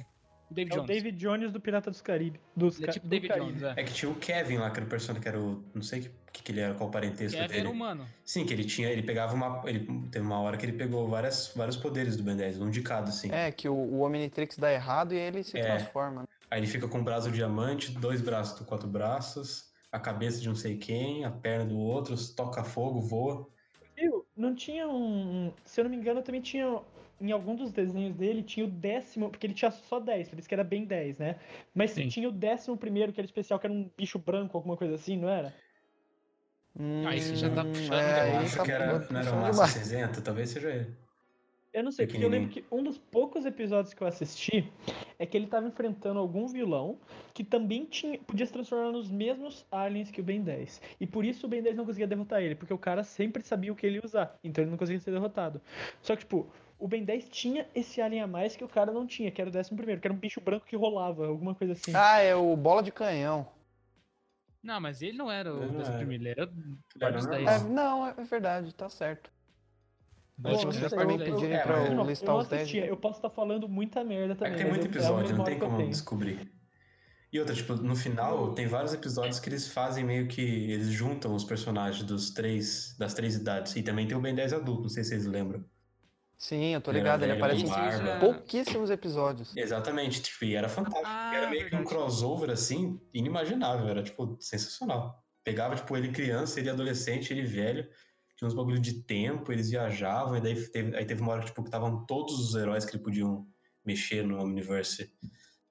[SPEAKER 5] O David
[SPEAKER 3] É o
[SPEAKER 5] Jones.
[SPEAKER 3] David Jones do Pirata dos Caribe. Dos
[SPEAKER 5] Ele é
[SPEAKER 3] Ca-
[SPEAKER 5] tipo
[SPEAKER 3] do
[SPEAKER 5] David
[SPEAKER 3] Caribe.
[SPEAKER 5] Jones, é.
[SPEAKER 1] É que tinha o Kevin lá, aquele personagem que era o. Não sei o que, que ele era, qual o parentesco
[SPEAKER 5] Kevin
[SPEAKER 1] dele.
[SPEAKER 5] era um humano.
[SPEAKER 1] Sim, que ele tinha. Ele pegava uma. Ele, teve uma hora que ele pegou várias, vários poderes do Ben 10, um de cada, assim.
[SPEAKER 4] É, que o, o Omnitrix dá errado e ele se
[SPEAKER 1] É.
[SPEAKER 4] transforma. né?
[SPEAKER 1] Aí ele fica com um braço de diamante, dois braços do quatro braços, a cabeça de não sei quem, a perna do outro, toca fogo, voa.
[SPEAKER 3] Viu? Não tinha um. Se eu não me engano, também tinha. Em algum dos desenhos dele tinha o décimo. Porque ele tinha só 10, por isso que era bem 10, né? Mas
[SPEAKER 5] Sim.
[SPEAKER 3] tinha o décimo primeiro, que era especial, que era um bicho branco, alguma coisa assim, não era?
[SPEAKER 4] Hum,
[SPEAKER 5] Ah, isso já tá puxando
[SPEAKER 4] é,
[SPEAKER 1] eu
[SPEAKER 4] aí
[SPEAKER 1] acho
[SPEAKER 4] tá
[SPEAKER 1] que era, não era o
[SPEAKER 4] puxando
[SPEAKER 1] Massa
[SPEAKER 4] demais.
[SPEAKER 1] Cinzenta, talvez seja ele.
[SPEAKER 3] Eu não sei, porque eu lembro que um dos poucos episódios que eu assisti é que ele tava enfrentando algum vilão que também tinha, podia se transformar nos mesmos aliens que o Ben 10. E por isso o Ben 10 não conseguia derrotar ele, porque o cara sempre sabia o que ele ia usar, então ele não conseguia ser derrotado. Só que, tipo, o Ben 10 tinha esse alien a mais que o cara não tinha, que era o décimo primeiro, que era um bicho branco que rolava, alguma coisa assim.
[SPEAKER 4] Ah, é o Bola de Canhão.
[SPEAKER 5] Não, mas ele não era
[SPEAKER 1] Ele
[SPEAKER 5] o
[SPEAKER 1] não
[SPEAKER 5] Dustin
[SPEAKER 1] era.
[SPEAKER 5] Primeiro, ele era
[SPEAKER 1] era
[SPEAKER 5] Guardiões da
[SPEAKER 1] normal.
[SPEAKER 3] Ah.
[SPEAKER 4] É,
[SPEAKER 5] Galáxia.
[SPEAKER 4] não, é verdade, tá certo.
[SPEAKER 3] Bom,
[SPEAKER 4] se
[SPEAKER 3] não
[SPEAKER 4] vocês
[SPEAKER 3] sei,
[SPEAKER 4] pra mim
[SPEAKER 3] eu- eu-
[SPEAKER 4] pedirem
[SPEAKER 1] é,
[SPEAKER 4] pra
[SPEAKER 1] mas
[SPEAKER 3] eu
[SPEAKER 4] eu
[SPEAKER 3] não-
[SPEAKER 4] listar
[SPEAKER 3] eu
[SPEAKER 4] os 10.
[SPEAKER 3] assistia, Eu posso estar falando muita merda
[SPEAKER 1] É
[SPEAKER 3] também.
[SPEAKER 1] que tem
[SPEAKER 3] mas
[SPEAKER 1] muito
[SPEAKER 3] eu- é a
[SPEAKER 1] episódio, não
[SPEAKER 3] memória
[SPEAKER 1] tem
[SPEAKER 3] que eu
[SPEAKER 1] como
[SPEAKER 3] tenho.
[SPEAKER 1] descobrir. E outra, tipo, no final tem vários episódios que eles fazem meio que. Eles juntam os personagens dos três. das três idades. E também tem o Ben 10 adulto, não sei se vocês lembram.
[SPEAKER 4] Sim, eu tô ligado, ele
[SPEAKER 1] Era
[SPEAKER 4] aparece
[SPEAKER 1] velho,
[SPEAKER 4] em
[SPEAKER 1] barba.
[SPEAKER 3] É.
[SPEAKER 5] Isso já-
[SPEAKER 4] pouquíssimos episódios.
[SPEAKER 1] Exatamente, tipo, e era fantástico.
[SPEAKER 5] Ah,
[SPEAKER 1] era meio que um
[SPEAKER 5] verdade.
[SPEAKER 1] crossover assim, inimaginável, era tipo sensacional. Pegava tipo ele criança, ele adolescente, ele velho, tinha uns bagulho de tempo, eles viajavam e daí teve, aí teve uma hora tipo que estavam todos os heróis que ele podiam mexer no Omniverse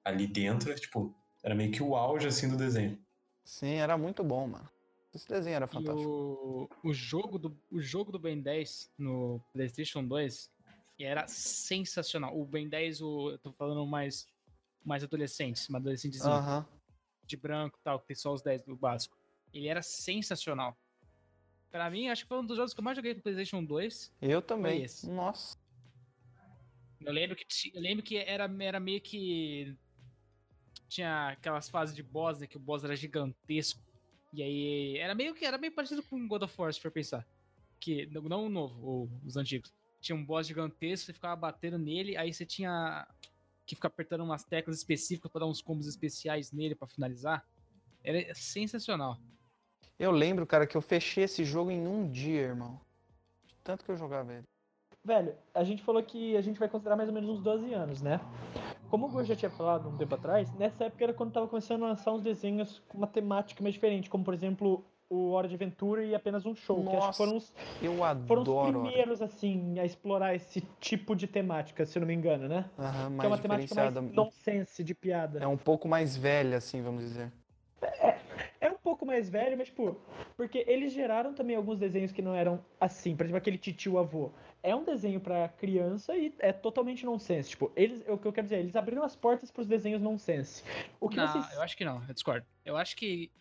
[SPEAKER 1] ali dentro, tipo, era meio que o auge assim do desenho.
[SPEAKER 4] Sim, era muito bom, mano. Esse desenho era
[SPEAKER 5] E
[SPEAKER 4] fantástico.
[SPEAKER 5] o, o, jogo do, o jogo do Ben 10 no PlayStation 2 era sensacional. O Ben 10, o, eu tô falando mais, mais adolescentes, uma adolescentezinha
[SPEAKER 4] Aham.
[SPEAKER 5] de branco e tal, que tem só os 10 do básico. Ele era sensacional. Pra mim, acho que foi um dos jogos que eu mais joguei no PlayStation 2.
[SPEAKER 4] Eu também.
[SPEAKER 5] esse.
[SPEAKER 4] Nossa.
[SPEAKER 5] Eu lembro que, ti- eu lembro que era, era meio que. Tinha aquelas fases de boss, né? Que o boss era gigantesco. E aí. Era meio que era meio parecido com God of War, se for pensar. Que, não- não o novo, ou os antigos. Tinha um boss gigantesco, você ficava batendo nele, aí você tinha que ficar apertando umas teclas específicas pra dar uns combos especiais nele pra finalizar. Era sensacional.
[SPEAKER 4] Eu lembro, cara, que eu fechei esse jogo em um dia, irmão. De Tanto que eu jogava ele.
[SPEAKER 3] Velho, a gente falou que a gente vai considerar mais ou menos uns 12 anos, né? Como o Gus já tinha falado um tempo atrás, nessa época era quando tava começando a lançar uns desenhos com uma temática mais diferente, como por exemplo o Hora de Aventura e apenas um show, que acho que
[SPEAKER 4] Nossa,
[SPEAKER 3] foram os,
[SPEAKER 4] Eu
[SPEAKER 3] foram os
[SPEAKER 4] adoro. olha.
[SPEAKER 3] primeiros, assim, a explorar esse tipo de temática, se eu não me engano, né?
[SPEAKER 4] Aham,
[SPEAKER 3] que é uma
[SPEAKER 4] mais
[SPEAKER 3] temática mais
[SPEAKER 4] diferenciada.
[SPEAKER 3] nonsense, de piada.
[SPEAKER 4] É um pouco mais velha, assim, vamos dizer.
[SPEAKER 3] É um pouco mais velho, mas, tipo, porque eles geraram também alguns desenhos que não eram assim. Por exemplo, aquele titio avô. É um desenho pra criança e é totalmente nonsense. Tipo, eles, o que eu quero dizer, eles abriram as portas pros desenhos nonsense. O que
[SPEAKER 5] não,
[SPEAKER 3] vocês.
[SPEAKER 5] Ah, eu acho que não, eu discordo. Eu acho que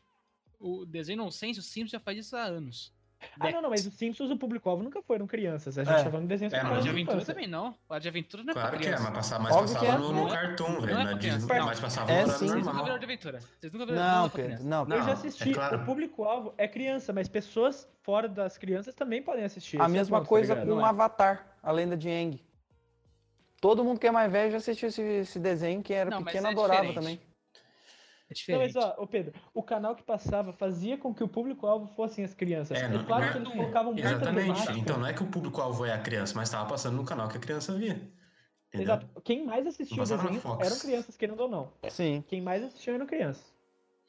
[SPEAKER 5] o desenho nonsense, o Simpsons já faz isso há anos.
[SPEAKER 3] Ah, não, não, mas os Simpsons, o público-alvo nunca foram crianças. A gente
[SPEAKER 4] É.
[SPEAKER 3] tá falando de desenhos
[SPEAKER 1] É,
[SPEAKER 3] pra
[SPEAKER 1] mas
[SPEAKER 5] Hora de
[SPEAKER 1] Não,
[SPEAKER 5] aventura
[SPEAKER 3] criança.
[SPEAKER 5] também não. Hora de aventura não é
[SPEAKER 1] Claro
[SPEAKER 5] pra
[SPEAKER 1] que é,
[SPEAKER 5] criança.
[SPEAKER 1] mas passava, mas
[SPEAKER 4] Óbvio que
[SPEAKER 1] passava
[SPEAKER 4] é.
[SPEAKER 1] no, no
[SPEAKER 5] Não é-
[SPEAKER 1] cartoon, velho,
[SPEAKER 5] não
[SPEAKER 1] na
[SPEAKER 5] é pra
[SPEAKER 1] Disney,
[SPEAKER 5] criança.
[SPEAKER 1] mas passava
[SPEAKER 4] É
[SPEAKER 1] no horário
[SPEAKER 4] sim.
[SPEAKER 5] Vocês nunca
[SPEAKER 1] normal.
[SPEAKER 5] viram de aventura. Vocês nunca viram
[SPEAKER 4] Não,
[SPEAKER 5] pra criança.
[SPEAKER 4] Pedro, não.
[SPEAKER 1] Não,
[SPEAKER 3] eu já
[SPEAKER 1] é
[SPEAKER 3] assisti.
[SPEAKER 1] claro.
[SPEAKER 3] O público-alvo é criança, mas pessoas fora das crianças também podem assistir.
[SPEAKER 4] A
[SPEAKER 3] Esse é o
[SPEAKER 4] mesma
[SPEAKER 3] ponto, tá
[SPEAKER 4] coisa
[SPEAKER 3] ligado?
[SPEAKER 4] com
[SPEAKER 3] Não é.
[SPEAKER 4] Avatar, a lenda de Aang. Todo mundo que é mais velho já assistiu esse, esse desenho, que era
[SPEAKER 5] Não, mas
[SPEAKER 4] pequeno
[SPEAKER 5] é
[SPEAKER 4] adorava
[SPEAKER 5] diferente.
[SPEAKER 4] também.
[SPEAKER 5] É
[SPEAKER 3] Não, mas
[SPEAKER 5] diferente.
[SPEAKER 3] ó, ô Pedro, o canal que passava fazia com que o público-alvo fossem as crianças.
[SPEAKER 1] É,
[SPEAKER 3] É,
[SPEAKER 1] não-
[SPEAKER 3] claro
[SPEAKER 5] não-
[SPEAKER 3] que eles
[SPEAKER 5] não-
[SPEAKER 3] colocavam muita
[SPEAKER 1] Exatamente.
[SPEAKER 3] temática.
[SPEAKER 1] Então não é que o público-alvo é a criança, mas tava passando no canal que a criança via. Entendeu?
[SPEAKER 3] Exato. Quem mais assistiu o
[SPEAKER 1] Passava na
[SPEAKER 3] desenho
[SPEAKER 1] Fox.
[SPEAKER 3] eram crianças, querendo ou não.
[SPEAKER 4] Sim.
[SPEAKER 3] Quem mais assistiu eram crianças.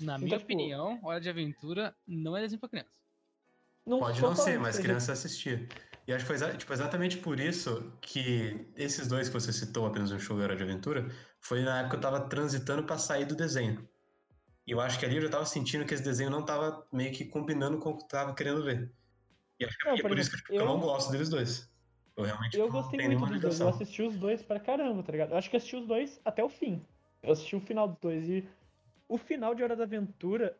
[SPEAKER 5] Na
[SPEAKER 3] então,
[SPEAKER 5] minha
[SPEAKER 3] tipo-
[SPEAKER 5] opinião, Hora de Aventura não é desenho pra criança.
[SPEAKER 1] Pode não ser,
[SPEAKER 3] totalmente
[SPEAKER 1] mas
[SPEAKER 3] acredito.
[SPEAKER 1] criança assistia. E acho que foi exa- tipo, exatamente por isso que esses dois que você citou, apenas um show e Hora de Aventura, foi na época que eu tava transitando pra sair do desenho. E eu acho que ali eu já tava sentindo que esse desenho não tava meio que combinando com o que eu tava querendo ver. E acho que
[SPEAKER 3] Não,
[SPEAKER 1] é
[SPEAKER 3] por
[SPEAKER 1] por isso que
[SPEAKER 3] exemplo,
[SPEAKER 1] tipo, eu, não
[SPEAKER 3] eu-
[SPEAKER 1] gosto deles dois. Eu realmente
[SPEAKER 3] Eu
[SPEAKER 1] não
[SPEAKER 3] gostei
[SPEAKER 1] tenho
[SPEAKER 3] muito
[SPEAKER 1] nenhuma
[SPEAKER 3] dos dois. Eu
[SPEAKER 1] ligação.
[SPEAKER 3] assisti os dois pra caramba, tá ligado? Eu acho que assisti os dois até o fim. Eu assisti o final dos dois. E o final de Hora da Aventura,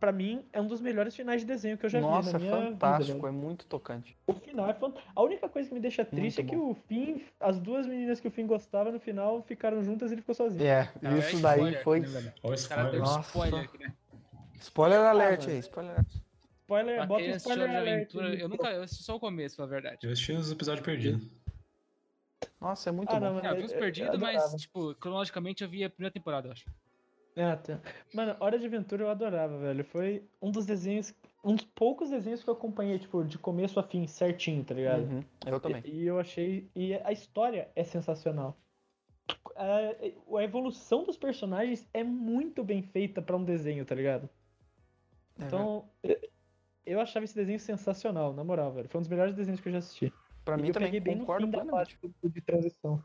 [SPEAKER 3] pra mim, é um dos melhores finais de desenho que eu já vi.
[SPEAKER 4] Nossa,
[SPEAKER 3] na
[SPEAKER 4] é
[SPEAKER 3] minha vida, né?
[SPEAKER 4] fantástico,
[SPEAKER 5] né?
[SPEAKER 3] velho.
[SPEAKER 4] é muito tocante.
[SPEAKER 3] o final é fantástico. A única coisa que me deixa triste
[SPEAKER 4] Muito
[SPEAKER 3] é que o Finn, as duas meninas que o Finn gostava no final ficaram juntas e ele ficou sozinho.
[SPEAKER 4] É,
[SPEAKER 5] Cara,
[SPEAKER 4] isso
[SPEAKER 5] é
[SPEAKER 4] daí
[SPEAKER 5] spoiler,
[SPEAKER 4] foi.
[SPEAKER 5] né, velho?
[SPEAKER 1] Olha o
[SPEAKER 5] O cara
[SPEAKER 1] spoiler.
[SPEAKER 5] deu
[SPEAKER 4] Nossa.
[SPEAKER 5] spoiler aqui, né?
[SPEAKER 4] Spoiler alert
[SPEAKER 3] mano.
[SPEAKER 4] aí, spoiler alert.
[SPEAKER 3] Spoiler,
[SPEAKER 5] Pra
[SPEAKER 3] bota
[SPEAKER 5] quem
[SPEAKER 3] um
[SPEAKER 5] assistiu
[SPEAKER 3] spoiler
[SPEAKER 5] Hora de
[SPEAKER 3] alert.
[SPEAKER 5] Aventura, eu nunca eu assisti só o começo, pra verdade.
[SPEAKER 1] Eu assisti os episódios perdidos.
[SPEAKER 4] Nossa, é muito
[SPEAKER 3] Ah,
[SPEAKER 4] bom.
[SPEAKER 3] não, mano.
[SPEAKER 5] É, eu vi uns
[SPEAKER 3] eu- eu
[SPEAKER 5] perdidos, mas,
[SPEAKER 3] adorava.
[SPEAKER 5] tipo, cronologicamente eu vi a primeira temporada, eu acho.
[SPEAKER 3] Ah, tá. Mano, Hora de Aventura eu adorava, velho. Foi um dos desenhos, um dos poucos desenhos que eu acompanhei, tipo, de começo a fim, certinho, tá ligado?
[SPEAKER 4] Uhum, eu também.
[SPEAKER 3] E, e eu achei. E a história é sensacional. É, A, a evolução dos personagens é muito bem feita pra um desenho, tá ligado?
[SPEAKER 4] É verdade.
[SPEAKER 3] Então, eu- eu achava esse desenho sensacional, na moral, velho. Foi um dos melhores desenhos que eu já assisti.
[SPEAKER 4] pra mim
[SPEAKER 3] eu
[SPEAKER 4] também,
[SPEAKER 3] peguei bem no
[SPEAKER 4] concordo
[SPEAKER 3] fim da
[SPEAKER 4] plenamente.
[SPEAKER 3] parte do- de transição.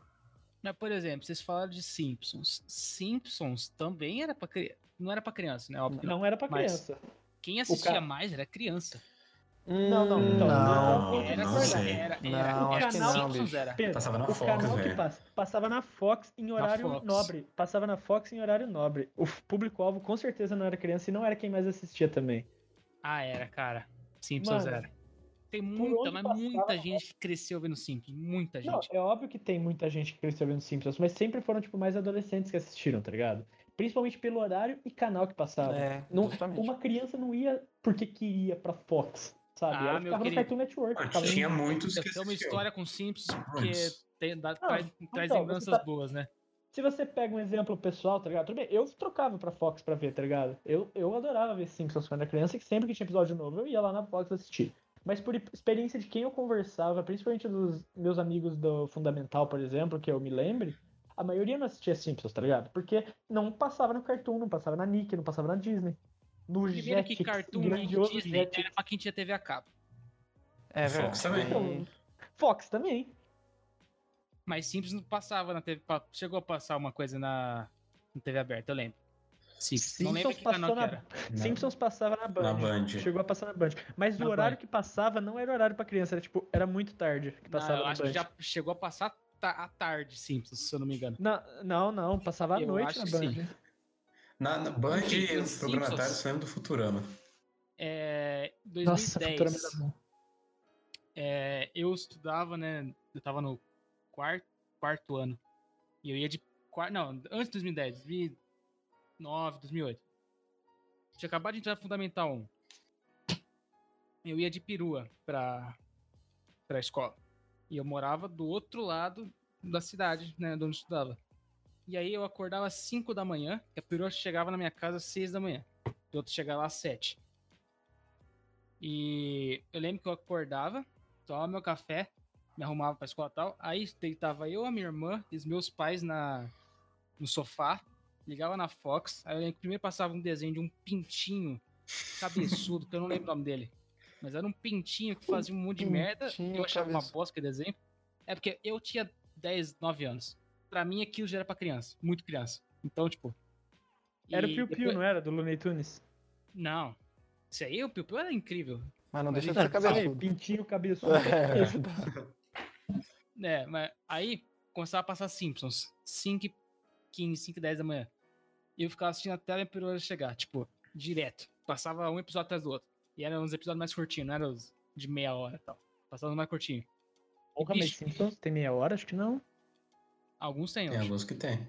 [SPEAKER 5] Mas, por exemplo, vocês falaram de Simpsons. Simpsons também era pra criança. Não era pra criança, né? Óbvio. que não.
[SPEAKER 3] Não era pra
[SPEAKER 5] Mas-
[SPEAKER 3] criança.
[SPEAKER 5] Quem assistia
[SPEAKER 3] cara-
[SPEAKER 5] mais era criança.
[SPEAKER 3] Não, não, então,
[SPEAKER 4] Hum, não.
[SPEAKER 3] não,
[SPEAKER 5] Era,
[SPEAKER 1] é, não
[SPEAKER 5] era,
[SPEAKER 1] sei. Tá
[SPEAKER 5] era, era.
[SPEAKER 4] Não,
[SPEAKER 5] O
[SPEAKER 3] acho que
[SPEAKER 5] canal
[SPEAKER 4] não,
[SPEAKER 5] Simpsons
[SPEAKER 4] bicho.
[SPEAKER 5] era.
[SPEAKER 3] Pedro,
[SPEAKER 1] Passava na
[SPEAKER 3] o
[SPEAKER 1] Fox,
[SPEAKER 3] canal que
[SPEAKER 1] velho.
[SPEAKER 3] passa, passava na Fox em horário
[SPEAKER 5] Fox.
[SPEAKER 3] nobre. Passava na Fox em horário nobre. O público-alvo com certeza não era criança e não era quem mais assistia também.
[SPEAKER 5] Ah, era, cara. Simpsons
[SPEAKER 3] Mano,
[SPEAKER 5] era. Tem
[SPEAKER 3] onde
[SPEAKER 5] muita, mas
[SPEAKER 3] passava,
[SPEAKER 5] muita gente que cresceu vendo Simpsons. Muita
[SPEAKER 3] Não,
[SPEAKER 5] gente.
[SPEAKER 3] é óbvio que tem muita gente que cresceu vendo Simpsons, mas sempre foram, tipo, mais adolescentes que assistiram, tá ligado? Principalmente pelo horário e canal que passava.
[SPEAKER 4] É,
[SPEAKER 3] Não-
[SPEAKER 4] justamente.
[SPEAKER 3] Uma criança não ia porque queria pra Fox, sabe?
[SPEAKER 5] Ah,
[SPEAKER 3] Ela
[SPEAKER 5] meu
[SPEAKER 3] ficava no
[SPEAKER 5] querido.
[SPEAKER 3] Cartoon Network. ficava no-
[SPEAKER 1] Tinha muitos que
[SPEAKER 5] Eu tenho uma
[SPEAKER 1] assistiam.
[SPEAKER 5] história com Simpsons porque
[SPEAKER 1] Muitos.
[SPEAKER 5] tem, dá,
[SPEAKER 3] Não,
[SPEAKER 5] traz, traz
[SPEAKER 3] você
[SPEAKER 5] lembranças
[SPEAKER 3] tá-
[SPEAKER 5] boas, né?
[SPEAKER 3] Se você pega um exemplo pessoal, tá ligado? Tudo bem, eu trocava pra Fox pra ver, tá ligado? Eu, eu adorava ver Simpsons quando era criança, que sempre que tinha episódio novo eu ia lá na Fox assistir. Mas por experiência de quem eu conversava, principalmente dos meus amigos do Fundamental, por exemplo, que eu me lembre, a maioria não assistia Simpsons, tá ligado? Porque não passava no Cartoon, não passava na Nick, não passava na Disney. No
[SPEAKER 5] Primeiro que
[SPEAKER 3] Jetix,
[SPEAKER 5] Cartoon Network
[SPEAKER 3] grandioso
[SPEAKER 5] Disney
[SPEAKER 3] Jetix.
[SPEAKER 5] era pra quem tinha TV a cabo.
[SPEAKER 4] É
[SPEAKER 1] Fox
[SPEAKER 4] verdade.
[SPEAKER 1] também.
[SPEAKER 5] né?
[SPEAKER 4] Aí-
[SPEAKER 3] Fox também.
[SPEAKER 5] Mas Simpsons não passava na TV. pa- Chegou a passar uma coisa na, na TV aberta, eu lembro. Simpsons. Não lembro
[SPEAKER 3] Simpsons
[SPEAKER 5] que canal
[SPEAKER 3] passou
[SPEAKER 5] que
[SPEAKER 3] na-
[SPEAKER 5] era.
[SPEAKER 1] Na-
[SPEAKER 3] Simpsons passava na Band. Tipo,
[SPEAKER 1] Na Band.
[SPEAKER 3] Chegou a passar na Band. Mas
[SPEAKER 5] Na
[SPEAKER 3] o horário que passava não era horário pra criança, era tipo, era muito tarde que
[SPEAKER 5] Ah,
[SPEAKER 3] passava
[SPEAKER 5] eu
[SPEAKER 3] na
[SPEAKER 5] acho que
[SPEAKER 3] Band.
[SPEAKER 5] já chegou a passar ta- à tarde Simpsons, se eu não me engano.
[SPEAKER 3] Na- não, não, passava à
[SPEAKER 5] Eu
[SPEAKER 3] noite
[SPEAKER 5] acho
[SPEAKER 3] na
[SPEAKER 5] que
[SPEAKER 3] Band.
[SPEAKER 5] sim.
[SPEAKER 1] Na, na Band,
[SPEAKER 5] Enfim,
[SPEAKER 1] o
[SPEAKER 5] os
[SPEAKER 1] programa
[SPEAKER 5] Simpsons.
[SPEAKER 1] Natália saiu do Futurama.
[SPEAKER 5] É,
[SPEAKER 3] Nossa,
[SPEAKER 5] 2010,
[SPEAKER 3] Futurama era bom.
[SPEAKER 5] é, eu estudava, né? Eu tava no quarto, quarto ano. E eu ia de. quar- Não, antes de 2010, 2009, 2008. Tinha acabado de entrar no Fundamental 1. Eu ia de perua pra, pra escola. E eu morava do outro lado da cidade, né? De onde eu estudava. E aí eu acordava às 5 da manhã, que a perua chegava na minha casa às 6 da manhã. E o outro chegava lá às 7. E eu lembro que eu acordava, tomava meu café, me arrumava pra escola e tal. Aí deitava eu, a minha irmã e os meus pais na, no sofá, ligava na Fox. Aí eu lembro que primeiro passava um desenho de um pintinho cabeçudo, que eu não lembro o nome dele. Mas era um pintinho que fazia um monte de merda.
[SPEAKER 4] Pintinho
[SPEAKER 5] Eu achava uma
[SPEAKER 4] cabeçudo.
[SPEAKER 5] bosta que desenho. É porque eu tinha 10, 9 anos. Pra mim aquilo já era pra criança, muito criança. Então, tipo.
[SPEAKER 3] Era o
[SPEAKER 5] e
[SPEAKER 3] Piu Piu, né?
[SPEAKER 5] depois-
[SPEAKER 3] não era? Do Looney Tunes?
[SPEAKER 5] Não. Isso aí, o Piu Piu era incrível.
[SPEAKER 4] Mas é não deixa de
[SPEAKER 5] Não,
[SPEAKER 4] ser cabeçudo.
[SPEAKER 3] Pintinho cabeçudo.
[SPEAKER 4] É,
[SPEAKER 5] É, mas aí começava a passar Simpsons. 5 e 15, 5 e 10 da manhã. E eu ficava assistindo até a minha perua chegar, tipo, direto. Passava um episódio atrás do outro. E eram uns episódios mais curtinhos, não eram os de meia hora e tal. Passava os mais curtinho.
[SPEAKER 3] Porra, mas
[SPEAKER 5] Bicho.
[SPEAKER 3] Simpsons tem meia hora? Acho que não.
[SPEAKER 5] Alguns tem, eu
[SPEAKER 1] Tem
[SPEAKER 5] acho.
[SPEAKER 1] alguns que tem.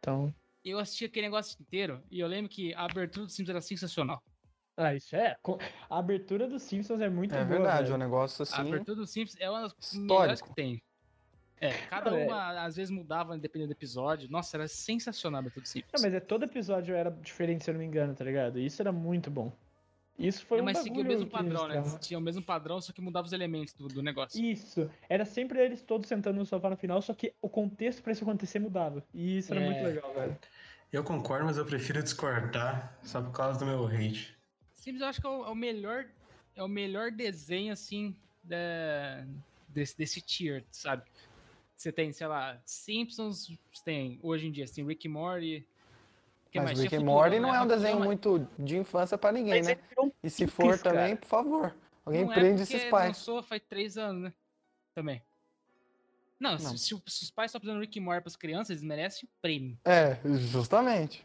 [SPEAKER 3] Então.
[SPEAKER 5] Eu assisti aquele negócio inteiro e eu lembro que a abertura do Simpsons era sensacional.
[SPEAKER 3] Ah, isso é. co- A abertura dos Simpsons é muito
[SPEAKER 4] é
[SPEAKER 3] boa.
[SPEAKER 4] verdade, é
[SPEAKER 3] velho.
[SPEAKER 4] um
[SPEAKER 5] A
[SPEAKER 4] negócio assim.
[SPEAKER 5] abertura do Simpsons é uma das melhores
[SPEAKER 4] Histórico.
[SPEAKER 5] que tem. É, cada
[SPEAKER 3] Não, é-
[SPEAKER 5] uma às vezes mudava, dependendo do episódio. Nossa, era sensacional, Método Simples.
[SPEAKER 3] Não, mas é todo episódio era diferente, se eu não me engano, tá ligado? E Isso era muito bom. Isso foi
[SPEAKER 5] É,
[SPEAKER 3] um
[SPEAKER 5] mas seguia o
[SPEAKER 3] bagulho
[SPEAKER 5] mesmo
[SPEAKER 3] que
[SPEAKER 5] padrão, né?
[SPEAKER 3] eles-
[SPEAKER 5] Tinha o mesmo padrão, só que mudava os elementos do, do negócio.
[SPEAKER 3] Isso. Era sempre eles todos sentando no sofá no final, só que o contexto pra isso acontecer mudava. E isso era
[SPEAKER 5] É.
[SPEAKER 3] muito legal, velho.
[SPEAKER 1] Eu concordo, mas eu prefiro discordar só por causa do meu hate.
[SPEAKER 5] Simples, eu acho que é o, é o melhor, é o melhor desenho assim da- desse, desse tier, sabe? Você tem, sei lá, Simpsons, você tem hoje em dia, você tem Rick and Morty. o que
[SPEAKER 4] Mas
[SPEAKER 5] mais? Tinha
[SPEAKER 4] Rick and
[SPEAKER 5] Futurama,
[SPEAKER 4] Morty não
[SPEAKER 5] né?
[SPEAKER 4] é um desenho
[SPEAKER 5] Futurama
[SPEAKER 4] muito de infância pra ninguém,
[SPEAKER 3] Mas
[SPEAKER 4] né?
[SPEAKER 3] ele virou um-
[SPEAKER 4] E se for
[SPEAKER 3] cara.
[SPEAKER 4] também, por favor, alguém
[SPEAKER 5] não é
[SPEAKER 4] prende
[SPEAKER 5] porque
[SPEAKER 4] esses pais.
[SPEAKER 5] lançou faz três anos, né? Também. Não, se-
[SPEAKER 4] Não.
[SPEAKER 5] Se, o- se os pais estão fazendo Rick and Morty pras crianças, eles merecem o prêmio.
[SPEAKER 4] É, justamente.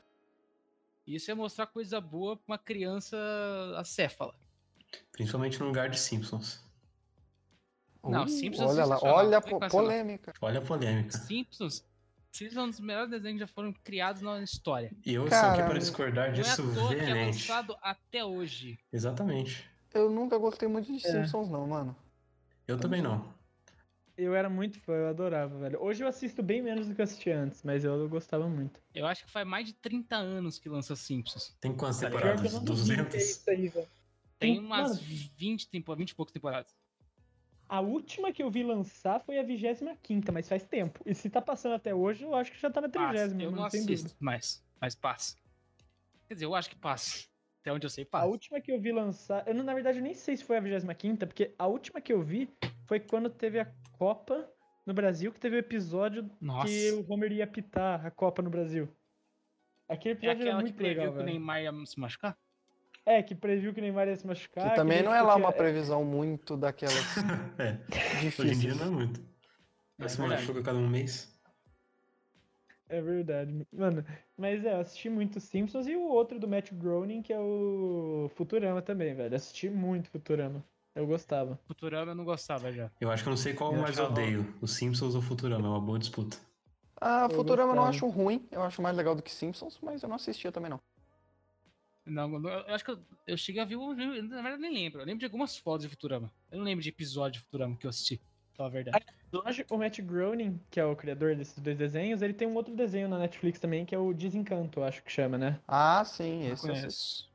[SPEAKER 5] Isso é mostrar coisa boa pra uma criança acéfala.
[SPEAKER 1] Principalmente no lugar de Simpsons.
[SPEAKER 5] Não,
[SPEAKER 4] Uh,
[SPEAKER 5] Simpsons é
[SPEAKER 4] Olha lá,
[SPEAKER 5] sensacional.
[SPEAKER 4] olha a
[SPEAKER 5] Como é que
[SPEAKER 4] po-
[SPEAKER 5] vai ser, não?
[SPEAKER 4] polêmica.
[SPEAKER 1] Olha a polêmica.
[SPEAKER 5] Simpsons, Simpsons é um dos melhores desenhos que já foram criados na história.
[SPEAKER 1] E eu estou aqui
[SPEAKER 4] Caralho.
[SPEAKER 1] para discordar
[SPEAKER 5] Não é à
[SPEAKER 1] disso
[SPEAKER 5] toa que é
[SPEAKER 1] veemente.
[SPEAKER 5] lançado até hoje.
[SPEAKER 1] Exatamente.
[SPEAKER 4] Eu nunca gostei muito de Simpsons, não, mano.
[SPEAKER 1] Eu também não.
[SPEAKER 3] Eu era muito fã, eu adorava, velho. Hoje eu assisto bem menos do que eu assisti antes, mas eu gostava muito.
[SPEAKER 5] Eu acho que faz mais de 30 anos que lança Simpsons.
[SPEAKER 1] Tem quantas
[SPEAKER 3] Tá ligado?
[SPEAKER 1] temporadas?
[SPEAKER 3] Eu não duvido que é
[SPEAKER 1] 200?
[SPEAKER 3] isso aí, velho.
[SPEAKER 5] Tem
[SPEAKER 3] Hum,
[SPEAKER 5] umas
[SPEAKER 3] mano.
[SPEAKER 5] 20, tempo, 20 e poucas temporadas.
[SPEAKER 3] A última que eu vi lançar foi a 25, mas faz tempo. E se tá passando até hoje, eu acho que já tá na
[SPEAKER 5] Passa.
[SPEAKER 3] 30,
[SPEAKER 5] Eu não
[SPEAKER 3] tem dúvida.
[SPEAKER 5] assisto mais, mas passa. Quer dizer, eu acho que passa. Até onde eu sei,
[SPEAKER 3] A
[SPEAKER 5] passa.
[SPEAKER 3] última que eu vi lançar. Eu, não- na verdade, eu nem sei se foi a 25, porque a última que eu vi foi quando teve a Copa no Brasil, que teve o episódio
[SPEAKER 5] Nossa.
[SPEAKER 3] que o Homer ia pitar a Copa no Brasil. Aquele
[SPEAKER 5] É
[SPEAKER 3] episódio era
[SPEAKER 5] aquela que
[SPEAKER 3] muito
[SPEAKER 5] previu
[SPEAKER 3] legal,
[SPEAKER 5] que o
[SPEAKER 3] velho.
[SPEAKER 5] Neymar ia se machucar?
[SPEAKER 3] É, que previu que o Neymar ia se machucar.
[SPEAKER 4] Que também
[SPEAKER 3] nem-
[SPEAKER 4] não é lá
[SPEAKER 3] porque-
[SPEAKER 4] uma previsão muito daquelas
[SPEAKER 1] É, hoje em dia
[SPEAKER 4] difíceis.
[SPEAKER 1] não é muito. Ela se
[SPEAKER 5] É verdade.
[SPEAKER 1] machuca a cada um mês.
[SPEAKER 3] É verdade, mano. Mas é, eu assisti muito Simpsons e o outro do Matt Groening, que é o Futurama também, velho. Eu assisti muito Futurama. Eu gostava.
[SPEAKER 5] Futurama eu não gostava já.
[SPEAKER 1] Eu acho que eu não sei qual
[SPEAKER 3] Eu
[SPEAKER 1] mais eu
[SPEAKER 3] achava-
[SPEAKER 1] odeio. O Simpsons ou o Futurama. É uma boa disputa.
[SPEAKER 4] Ah,
[SPEAKER 3] Eu
[SPEAKER 4] Futurama eu não acho
[SPEAKER 3] gostava.
[SPEAKER 4] ruim, eu acho mais legal do que Simpsons, mas eu não assistia também não.
[SPEAKER 5] Não, não- eu acho que eu, eu cheguei a ver, um- eu, na verdade nem lembro. Eu lembro de algumas fotos de Futurama. Eu não lembro de episódio de Futurama que eu assisti, fala a verdade.
[SPEAKER 3] Hoje, o Matt Groening, que é o criador desses dois desenhos, ele tem um outro desenho na Netflix também, que é o Desencanto, eu acho que chama, né?
[SPEAKER 4] Ah, sim,
[SPEAKER 5] Eu
[SPEAKER 4] esse eu assisti.
[SPEAKER 5] conheço.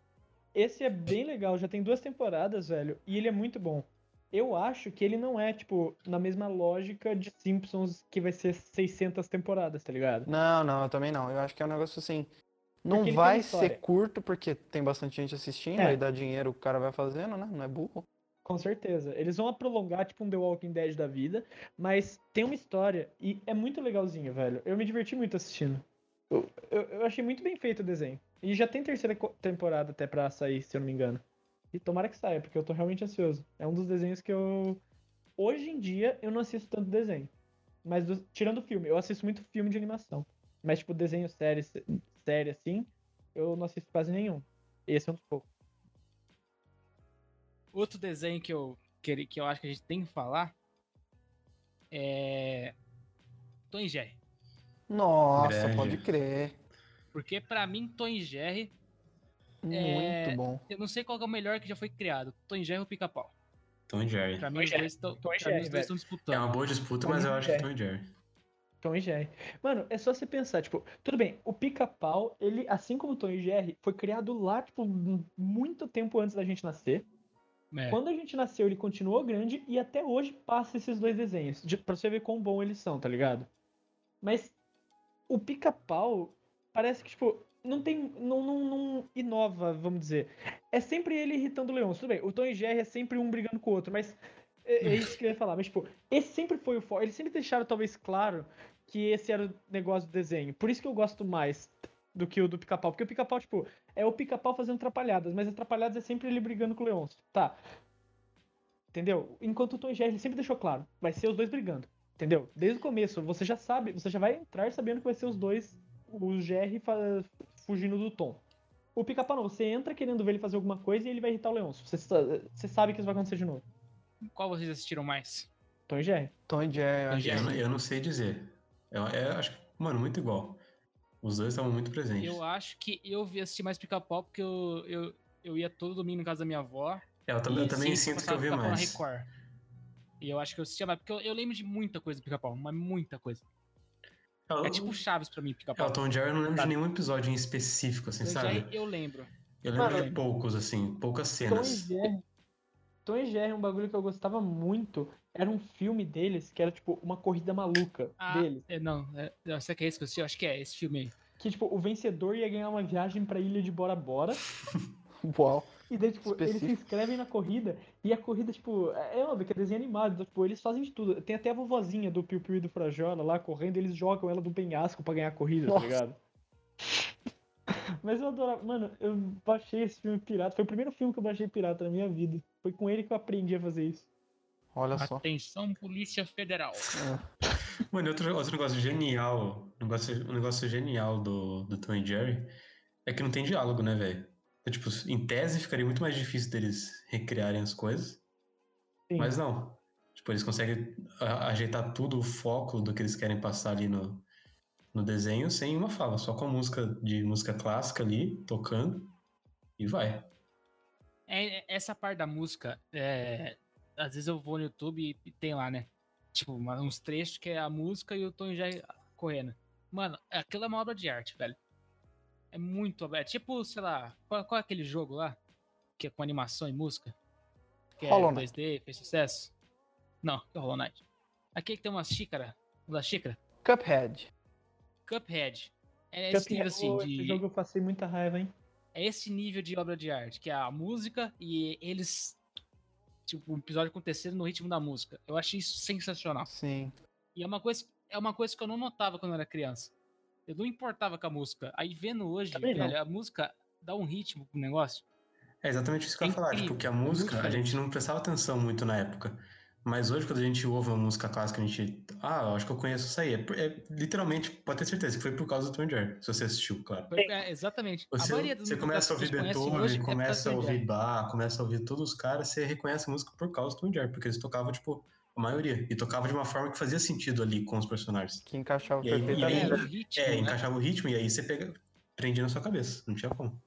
[SPEAKER 3] Esse é bem legal, já tem duas temporadas, velho, e ele é muito bom. Eu acho que ele não é, tipo, na mesma lógica de Simpsons, que vai ser 600 temporadas, tá ligado?
[SPEAKER 4] Não, não, eu também não. Eu acho que é um negócio assim. Não
[SPEAKER 3] Porque ele
[SPEAKER 4] vai
[SPEAKER 3] tem história.
[SPEAKER 4] ser curto, porque tem bastante gente assistindo,
[SPEAKER 3] É.
[SPEAKER 4] aí dá dinheiro, o cara vai fazendo, né? Não é burro.
[SPEAKER 3] Com certeza. Eles vão prolongar, tipo, um The Walking Dead da vida, mas tem uma história e é muito legalzinho, velho. Eu me diverti muito assistindo. Eu, eu- eu achei muito bem feito o desenho. E já tem terceira co- temporada até pra sair, se eu não me engano. E tomara que saia, porque eu tô realmente ansioso. É um dos desenhos que eu. Hoje em dia eu não assisto tanto desenho. Mas do- tirando filme, eu assisto muito filme de animação. Mas, tipo, desenho série, série assim, eu não assisto quase nenhum. Esse é um dos poucos.
[SPEAKER 5] Outro desenho que eu, que, que eu acho que a gente tem que falar é. Tom e Jerry.
[SPEAKER 4] Nossa,
[SPEAKER 1] Grande.
[SPEAKER 4] pode crer.
[SPEAKER 5] Porque pra mim, Tom e Jerry, É,
[SPEAKER 4] Muito bom.
[SPEAKER 5] eu não sei qual que é o melhor que já foi criado. Tom e Jerry ou Pica-Pau?
[SPEAKER 1] Tom e Jerry.
[SPEAKER 5] Pra mim,
[SPEAKER 3] Tom e
[SPEAKER 5] os
[SPEAKER 3] Jerry.
[SPEAKER 5] dois estão
[SPEAKER 3] Tom e Jerry, velho.
[SPEAKER 1] É uma
[SPEAKER 5] disputando.
[SPEAKER 1] boa disputa,
[SPEAKER 3] Tom
[SPEAKER 1] mas
[SPEAKER 3] e
[SPEAKER 1] eu acho que é
[SPEAKER 3] Jerry.
[SPEAKER 1] Tom e Jerry.
[SPEAKER 3] Tom e Jerry. Mano, é só você pensar, tipo, tudo bem, o pica-pau, ele, assim como o Tom e Jerry, foi criado lá, tipo, m- muito tempo antes da gente nascer.
[SPEAKER 5] É.
[SPEAKER 3] Quando a gente nasceu, ele continuou grande e até hoje passa esses dois desenhos. De, pra você ver quão bom eles são, tá ligado? Mas o pica-pau parece que, tipo, não tem. Não, não, não inova, vamos dizer. É sempre ele irritando o leão. Tudo bem, o Tom e Jerry é sempre um brigando com o outro, mas. É, é isso que eu ia falar. Mas, tipo, esse sempre foi o foco. Eles sempre deixaram, talvez, claro que esse era o negócio do desenho. Por isso que eu gosto mais do que o do pica-pau. Porque o pica-pau, tipo, é o pica-pau fazendo atrapalhadas, mas atrapalhadas é sempre ele brigando com o leão. Tá. Entendeu? Enquanto o Tom e Jerry ele sempre deixou claro, vai ser os dois brigando. Entendeu? Desde o começo, você já sabe, você já vai entrar sabendo que vai ser os dois, o Jerry fa- fugindo do Tom. O pica-pau não, você entra querendo ver ele fazer alguma coisa e ele vai irritar o Leonço. Você, sa- você sabe que isso vai acontecer de novo.
[SPEAKER 5] Qual vocês assistiram mais?
[SPEAKER 3] Tom e Jerry.
[SPEAKER 4] Tom e Jerry, eu
[SPEAKER 5] Tom e
[SPEAKER 4] acho.
[SPEAKER 1] Eu,
[SPEAKER 5] Jerry.
[SPEAKER 1] não- eu não sei dizer. Eu, eu acho que, mano, muito igual. Os dois estavam muito presentes.
[SPEAKER 5] Eu acho que eu vi assistir mais Pica-Pau porque eu, eu, eu ia todo domingo na casa da minha avó.
[SPEAKER 1] É, eu, tam- eu
[SPEAKER 5] E tá-
[SPEAKER 1] também
[SPEAKER 5] sempre
[SPEAKER 1] sinto que eu
[SPEAKER 5] passava
[SPEAKER 1] vi
[SPEAKER 5] Pica-Pau na
[SPEAKER 1] mais.
[SPEAKER 5] Record. E eu acho que eu assistia mais, porque eu, eu lembro de muita coisa do pica-pau, mas muita coisa.
[SPEAKER 1] Eu,
[SPEAKER 5] É tipo Chaves pra mim,
[SPEAKER 1] é,
[SPEAKER 5] pica-pau.
[SPEAKER 1] o Tom Jerry eu não lembro
[SPEAKER 5] Tá.
[SPEAKER 1] de nenhum episódio em específico, assim,
[SPEAKER 5] Então,
[SPEAKER 1] sabe?
[SPEAKER 5] já eu lembro.
[SPEAKER 1] Eu lembro
[SPEAKER 3] Mano, então
[SPEAKER 1] de poucos, assim, poucas
[SPEAKER 3] Tom e
[SPEAKER 1] cenas.
[SPEAKER 3] Jerry. Tom e Jerry, um bagulho que eu gostava muito, era um filme deles que era tipo uma corrida maluca
[SPEAKER 5] Ah,
[SPEAKER 3] deles.
[SPEAKER 5] é, não, é, não, será que é esse que eu assisti? Eu acho que é esse filme aí.
[SPEAKER 3] Que tipo, o vencedor ia ganhar uma viagem pra ilha de Bora Bora.
[SPEAKER 4] Uau.
[SPEAKER 3] E daí, tipo, eles se
[SPEAKER 4] Específico.
[SPEAKER 3] inscrevem na corrida e a corrida, tipo, é é óbvio que é desenho animado, então, tipo, eles fazem de tudo. Tem até a vovozinha do Piu Piu e do Frajola lá correndo, eles jogam ela do penhasco pra ganhar a corrida, tá
[SPEAKER 4] Nossa.
[SPEAKER 3] ligado? Mas eu adorava, mano, eu baixei esse filme pirata, foi o primeiro filme que eu baixei pirata na minha vida. Foi com ele que eu aprendi a fazer isso.
[SPEAKER 4] Olha Tá só.
[SPEAKER 5] Atenção, Polícia Federal.
[SPEAKER 1] Mano, e outro, outro negócio genial, um negócio, um negócio genial do, do Tom e Jerry é que não tem diálogo, né, velho? Então, tipo, em tese ficaria muito mais difícil deles recriarem as coisas,
[SPEAKER 3] Sim.
[SPEAKER 1] mas não. Tipo, eles conseguem a- ajeitar tudo, o foco do que eles querem passar ali no, no desenho sem uma fala, só com a música de música clássica ali, tocando, e vai.
[SPEAKER 5] É, é, essa parte da música, é, às vezes eu vou no YouTube e tem lá, né? Tipo, uma- uns trechos que é a música e o Tom já correndo. Mano, aquilo é uma obra de arte, velho. É muito. É tipo, sei lá, qual, qual é aquele jogo lá? Que é com animação e música? Que é
[SPEAKER 4] Hollow Knight.
[SPEAKER 5] 2D, fez sucesso? Não, que é Hollow Knight. Aqui que tem uma xícara, da xícara?
[SPEAKER 4] Cuphead.
[SPEAKER 5] Cuphead. É esse
[SPEAKER 3] Cuphead,
[SPEAKER 5] nível assim,
[SPEAKER 3] oh,
[SPEAKER 5] de.
[SPEAKER 3] Esse jogo eu passei muita raiva, hein?
[SPEAKER 5] é esse nível de obra de arte, que é a música e eles. Tipo, um episódio acontecendo no ritmo da música. Eu achei isso sensacional.
[SPEAKER 4] Sim.
[SPEAKER 5] E é uma coisa, é uma coisa que eu não notava quando eu era criança. Eu não importava com a música. Aí vendo hoje,
[SPEAKER 3] Também não.
[SPEAKER 5] velho, a música dá um ritmo pro negócio.
[SPEAKER 1] É exatamente isso que eu ia
[SPEAKER 5] É
[SPEAKER 1] falar,
[SPEAKER 5] incrível,
[SPEAKER 1] tipo, que a
[SPEAKER 5] é muito
[SPEAKER 1] música, a
[SPEAKER 5] diferente.
[SPEAKER 1] gente não prestava atenção muito na época. Mas hoje, quando a gente ouve uma música clássica, a gente. Ah, eu acho que eu conheço isso aí. É, por- é literalmente, pode ter certeza que foi por causa do Tom e Jerry, se você assistiu, claro.
[SPEAKER 5] É, exatamente.
[SPEAKER 1] Você,
[SPEAKER 5] a maioria das
[SPEAKER 1] você
[SPEAKER 5] músicas
[SPEAKER 1] começa a
[SPEAKER 5] que
[SPEAKER 1] ouvir
[SPEAKER 5] as pessoas conhecem
[SPEAKER 1] Beethoven,
[SPEAKER 5] hoje é por
[SPEAKER 1] começa a
[SPEAKER 5] causa do
[SPEAKER 1] ouvir
[SPEAKER 5] Jerry.
[SPEAKER 1] Bach, começa a ouvir todos os caras, você reconhece a música por causa do Tom e Jerry, porque eles tocavam, tipo, a maioria. E tocava de uma forma que fazia sentido ali com os personagens.
[SPEAKER 4] Que encaixava
[SPEAKER 1] E aí-
[SPEAKER 5] E aí,
[SPEAKER 4] perfeitamente.
[SPEAKER 5] o ritmo,
[SPEAKER 1] É,
[SPEAKER 5] né?
[SPEAKER 1] encaixava o ritmo e aí você pega, prendia na sua cabeça, não tinha como.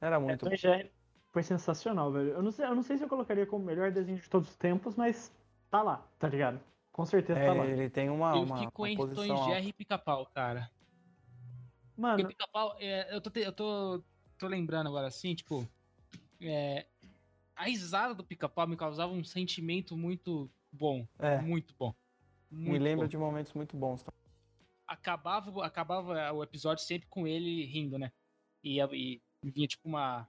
[SPEAKER 4] Era
[SPEAKER 3] É,
[SPEAKER 4] muito
[SPEAKER 3] Tom e Jerry foi sensacional, velho. Eu não, sei, eu não sei se eu colocaria como o melhor desenho de todos os tempos, mas tá lá, tá ligado? Com certeza tá lá.
[SPEAKER 4] É, ele tem uma,
[SPEAKER 5] Eu
[SPEAKER 4] uma,
[SPEAKER 5] fico
[SPEAKER 4] uma
[SPEAKER 5] entre Tom
[SPEAKER 4] posição
[SPEAKER 5] e
[SPEAKER 4] alta.
[SPEAKER 5] Jerry e pica-pau, cara. Porque
[SPEAKER 3] Mano,
[SPEAKER 5] pica-pau, é, eu, tô, te- eu tô, tô lembrando agora assim, tipo, é, a risada do pica-pau me causava um sentimento muito bom,
[SPEAKER 4] É,
[SPEAKER 5] muito bom.
[SPEAKER 4] me
[SPEAKER 5] Muito
[SPEAKER 4] lembra
[SPEAKER 5] bom.
[SPEAKER 4] de momentos muito bons.
[SPEAKER 5] Acabava, o- acabava o episódio sempre com ele rindo, né? E, a- e vinha tipo uma,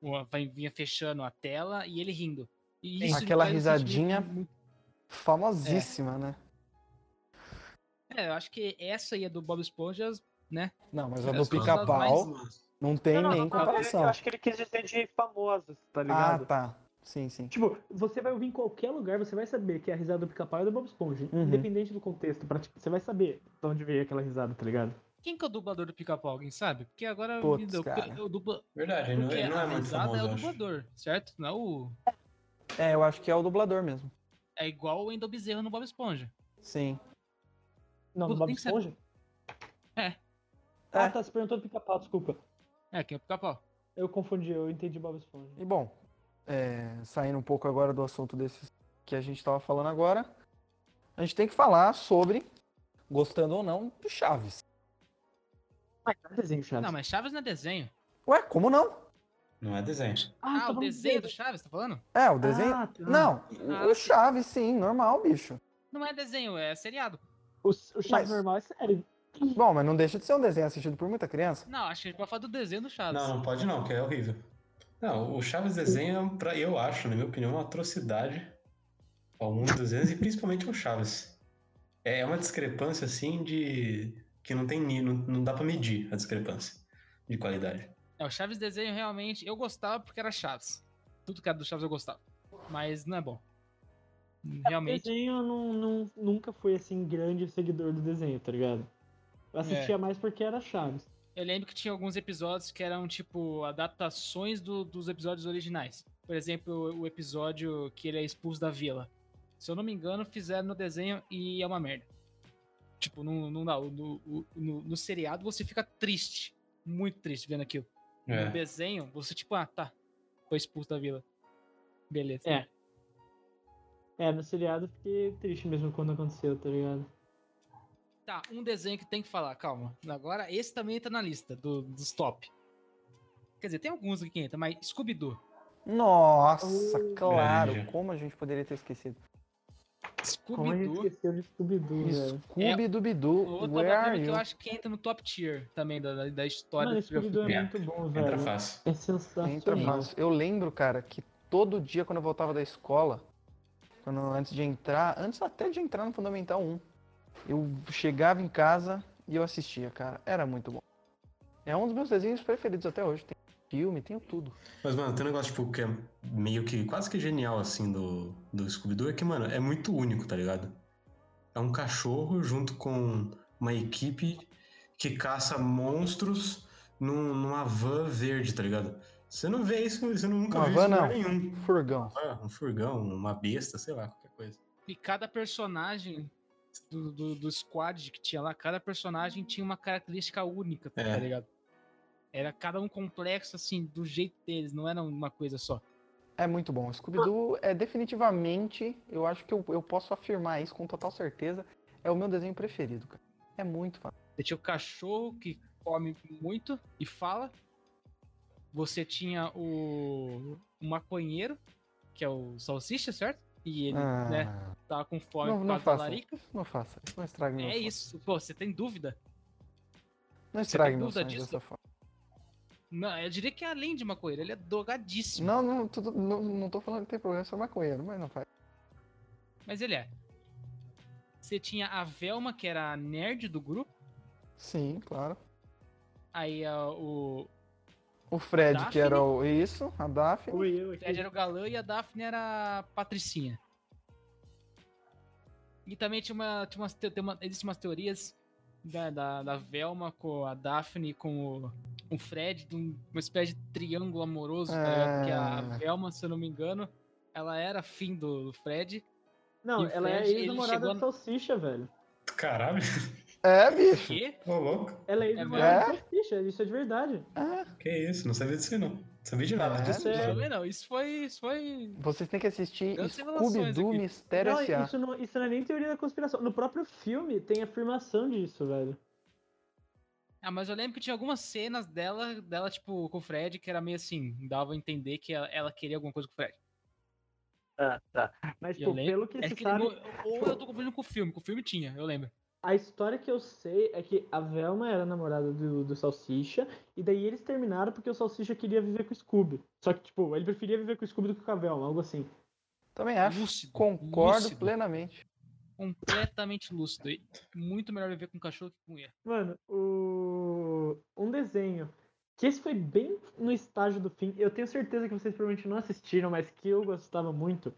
[SPEAKER 5] uma. vai- Vinha fechando a tela e ele rindo. E isso me
[SPEAKER 4] Aquela
[SPEAKER 5] faz um sentimento
[SPEAKER 4] risadinha-
[SPEAKER 5] muito-
[SPEAKER 4] Famosíssima, né?
[SPEAKER 5] É, eu acho que essa aí é do Bob Esponja,
[SPEAKER 4] Não, mas a
[SPEAKER 5] É,
[SPEAKER 4] do
[SPEAKER 5] as coisas
[SPEAKER 4] pica-pau não tem
[SPEAKER 3] Não, não,
[SPEAKER 4] nem
[SPEAKER 3] não,
[SPEAKER 4] comparação.
[SPEAKER 3] Eu acho que ele quis dizer de famosos, tá
[SPEAKER 4] Ah,
[SPEAKER 3] ligado?
[SPEAKER 4] tá. Sim, sim.
[SPEAKER 3] Tipo, você vai ouvir em qualquer lugar, você vai saber que é a risada do pica-pau é do Bob Esponja.
[SPEAKER 4] Uhum.
[SPEAKER 3] Independente do contexto, pra- tipo, você vai saber de onde veio aquela risada, tá ligado?
[SPEAKER 5] Quem que é o dublador do pica-pau? Alguém sabe? Porque agora me
[SPEAKER 4] Putz,
[SPEAKER 5] deu-
[SPEAKER 4] cara.
[SPEAKER 5] eu dubla-
[SPEAKER 1] Verdade, ele não,
[SPEAKER 5] Porque
[SPEAKER 1] ele não é
[SPEAKER 5] a
[SPEAKER 1] muito
[SPEAKER 5] risada
[SPEAKER 1] famoso,
[SPEAKER 5] é o
[SPEAKER 1] eu acho.
[SPEAKER 5] dublador, certo? Não é o.
[SPEAKER 4] É, eu acho que é o dublador mesmo.
[SPEAKER 5] É igual o Wendel Bezerra no Bob Esponja.
[SPEAKER 4] Sim.
[SPEAKER 3] Não, do
[SPEAKER 5] Puta,
[SPEAKER 3] Bob
[SPEAKER 5] tem que saber.
[SPEAKER 3] Esponja?
[SPEAKER 5] É.
[SPEAKER 3] Ah,
[SPEAKER 4] É.
[SPEAKER 3] tá, se perguntou do pica-pau, desculpa.
[SPEAKER 5] É, quem é o pica-pau.
[SPEAKER 3] Eu confundi, eu entendi Bob Esponja.
[SPEAKER 4] E bom, é, saindo um pouco agora do assunto desse que a gente estava falando agora, a gente tem que falar sobre, gostando ou não, do Chaves.
[SPEAKER 3] Mas não é desenho, Chaves.
[SPEAKER 5] Não, mas Chaves não é desenho.
[SPEAKER 4] Ué, como não?
[SPEAKER 1] Não é desenho.
[SPEAKER 5] Ah,
[SPEAKER 3] tá
[SPEAKER 5] o
[SPEAKER 3] falando
[SPEAKER 5] desenho do
[SPEAKER 3] dele.
[SPEAKER 5] Chaves, tá falando?
[SPEAKER 4] É, o desenho.
[SPEAKER 3] Ah, tá.
[SPEAKER 4] Não, o-
[SPEAKER 5] Ah,
[SPEAKER 4] o
[SPEAKER 5] sim.
[SPEAKER 4] Chaves sim, normal, bicho.
[SPEAKER 5] Não é desenho, é seriado.
[SPEAKER 3] O, o Chaves
[SPEAKER 4] Mas-
[SPEAKER 3] normal é sério.
[SPEAKER 4] Bom, mas não deixa de ser um desenho assistido por muita criança.
[SPEAKER 5] Não, acho que a gente pode falar do desenho do Chaves.
[SPEAKER 1] Não, não pode não, que é horrível. Não, o Chaves desenho, é um pra- eu acho, na minha opinião, uma atrocidade ao mundo dos desenhos e principalmente ao Chaves. É uma discrepância, assim, de... que não tem ni- não, não dá pra medir a discrepância de qualidade.
[SPEAKER 5] É, o Chaves desenho realmente. Eu gostava porque era Chaves. Tudo que era do Chaves eu gostava. Mas não é bom. Realmente.
[SPEAKER 3] desenho eu não, não- nunca fui assim grande seguidor do desenho, tá ligado? Eu
[SPEAKER 5] É.
[SPEAKER 3] assistia mais porque era Chaves.
[SPEAKER 5] Eu lembro que tinha alguns episódios que eram, tipo, adaptações do- dos episódios originais. Por exemplo, o episódio que ele é expulso da vila. Se eu não me engano, fizeram no desenho e é uma merda. Tipo, não, não dá. No, no- no- no seriado você fica triste. Muito triste vendo aquilo. No
[SPEAKER 1] É.
[SPEAKER 5] desenho, você, tipo, ah, tá. Foi expulso da vila. Beleza.
[SPEAKER 3] É. É, no seriado eu fiquei triste mesmo quando aconteceu, tá ligado?
[SPEAKER 5] Tá, um desenho que tem que falar, calma. Agora, esse também entra na lista do, dos top. Quer dizer, tem alguns aqui que entra, mas Scooby-Doo.
[SPEAKER 4] Nossa, claro.
[SPEAKER 1] Grande.
[SPEAKER 4] Como a gente poderia ter esquecido?
[SPEAKER 3] Como é a gente
[SPEAKER 5] Scooby-Doo
[SPEAKER 3] esqueceu de Scooby-Doo,
[SPEAKER 4] Um
[SPEAKER 3] velho?
[SPEAKER 4] Scooby Dubidu,
[SPEAKER 5] Outro
[SPEAKER 4] where are
[SPEAKER 5] bagulho que
[SPEAKER 4] you?
[SPEAKER 5] eu acho que entra no top tier também da, da- da história.
[SPEAKER 3] Mano,
[SPEAKER 5] do
[SPEAKER 3] Scooby-Doo é
[SPEAKER 1] É,
[SPEAKER 3] muito bom,
[SPEAKER 1] Entra
[SPEAKER 3] velho.
[SPEAKER 1] fácil.
[SPEAKER 5] Ah,
[SPEAKER 3] É
[SPEAKER 4] Entra
[SPEAKER 3] sensacional.
[SPEAKER 4] fácil. Eu lembro, cara, que todo dia quando eu voltava da escola, quando, antes de entrar, antes até de entrar no Fundamental 1, eu chegava em casa e eu assistia, cara. Era muito bom. É um dos meus desenhos preferidos até hoje. Tem filme, tenho tudo.
[SPEAKER 1] Mas, mano, tem um negócio, tipo, que é meio que quase que genial, assim, do, do Scooby-Doo, é que, mano, é muito único, tá ligado? É um cachorro junto com uma equipe que caça monstros num, numa van verde, tá ligado? Você não vê isso, você nunca
[SPEAKER 4] Uma
[SPEAKER 1] viu
[SPEAKER 4] van,
[SPEAKER 1] isso em lugar
[SPEAKER 4] não.
[SPEAKER 1] nenhum.
[SPEAKER 4] Furgão.
[SPEAKER 1] Ah, um furgão, uma besta, sei lá, qualquer coisa.
[SPEAKER 5] E cada personagem do, do, do squad que tinha lá, cada personagem tinha uma característica única, tá
[SPEAKER 1] É.
[SPEAKER 5] ligado? Era cada um complexo, assim, do jeito deles, não era uma coisa só.
[SPEAKER 4] É muito bom. Scooby-Doo é definitivamente, eu acho que eu, eu posso afirmar isso com total certeza, é o meu desenho preferido, cara. É muito fácil.
[SPEAKER 5] Você tinha o cachorro que come muito e fala. Você tinha o, o maconheiro, que é o salsicha, certo? E ele
[SPEAKER 4] Ah,
[SPEAKER 5] né? tava com fome
[SPEAKER 4] Não-
[SPEAKER 5] por
[SPEAKER 4] não
[SPEAKER 5] causa da
[SPEAKER 4] faça.
[SPEAKER 5] larica.
[SPEAKER 4] Não faça, não estrague meu
[SPEAKER 5] É
[SPEAKER 4] sonho.
[SPEAKER 5] isso. Pô, você tem dúvida? Você
[SPEAKER 4] Não
[SPEAKER 5] tem
[SPEAKER 4] estrague meu
[SPEAKER 5] dúvida
[SPEAKER 4] sonho
[SPEAKER 5] disso?
[SPEAKER 4] dessa forma.
[SPEAKER 5] Não, eu diria que é além de maconheiro, ele é drogadíssimo.
[SPEAKER 4] Não, não, tu- tu- não, não tô falando que tem problema, eu sou maconheiro, mas não faz.
[SPEAKER 5] Mas ele é. Você tinha a Velma, que era a nerd do grupo.
[SPEAKER 4] Sim, claro.
[SPEAKER 5] Aí a- o
[SPEAKER 4] O Fred, que
[SPEAKER 5] Daphne?
[SPEAKER 4] era o. Isso, a Daphne.
[SPEAKER 3] Fui eu aqui.
[SPEAKER 5] Fred era o galã e a Daphne era a patricinha. E também tinha uma, tinha umas, te- tem uma- existem umas teorias da, da, da Velma com a Daphne, com o, com o Fred, de um- uma espécie de triângulo amoroso, tá ligado? Porque a
[SPEAKER 4] Ah.
[SPEAKER 5] Velma, se eu não me engano, ela era fim do, do Fred.
[SPEAKER 3] Não,
[SPEAKER 5] E o
[SPEAKER 3] ela é
[SPEAKER 5] Fred, ele
[SPEAKER 3] ex-namorada
[SPEAKER 5] chegou
[SPEAKER 3] do
[SPEAKER 5] no-
[SPEAKER 3] Salsicha, velho.
[SPEAKER 1] Caralho,
[SPEAKER 4] É, bicho.
[SPEAKER 5] Que?
[SPEAKER 1] ô louco.
[SPEAKER 3] Ela é ex-namorada do Salsicha, isso é de verdade.
[SPEAKER 4] Ah,
[SPEAKER 1] Que isso, não sabia disso aí, não. Não sabia de nada
[SPEAKER 4] É,
[SPEAKER 1] disso.
[SPEAKER 3] né?
[SPEAKER 1] mano.
[SPEAKER 5] Não, não, isso foi. Isso foi.
[SPEAKER 4] vocês têm que assistir
[SPEAKER 5] Grandes revelações
[SPEAKER 4] Scooby-Doo
[SPEAKER 5] aqui.
[SPEAKER 4] Mistério
[SPEAKER 3] não,
[SPEAKER 4] S.A.
[SPEAKER 3] isso não, isso não é nem teoria da conspiração. No próprio filme tem afirmação disso, velho.
[SPEAKER 5] Ah, mas eu lembro que tinha algumas cenas dela, dela, tipo, com o Fred, que era meio assim, dava a entender que ela, ela queria alguma coisa com o Fred.
[SPEAKER 3] Ah, tá. Mas,
[SPEAKER 5] Eu
[SPEAKER 3] pô,
[SPEAKER 5] lembro-
[SPEAKER 3] pelo que
[SPEAKER 5] É
[SPEAKER 3] se
[SPEAKER 5] que,
[SPEAKER 3] sabe,
[SPEAKER 5] no- ou eu tô confundindo com o filme, que o filme tinha, eu lembro.
[SPEAKER 3] a história que eu sei é que a Velma era namorada do, do Salsicha, e daí eles terminaram porque o Salsicha queria viver com o Scooby. Só que, tipo, ele preferia viver com o Scooby do que com a Velma, algo assim.
[SPEAKER 4] Também acho.
[SPEAKER 5] Lúcido,
[SPEAKER 4] Concordo
[SPEAKER 5] lúcido.
[SPEAKER 4] plenamente.
[SPEAKER 5] Completamente lúcido. E muito melhor viver com cachorro que com mulher.
[SPEAKER 3] Mano, o... um desenho. Que esse foi bem no estágio do fim. Eu tenho certeza que vocês provavelmente não assistiram, mas que eu gostava muito.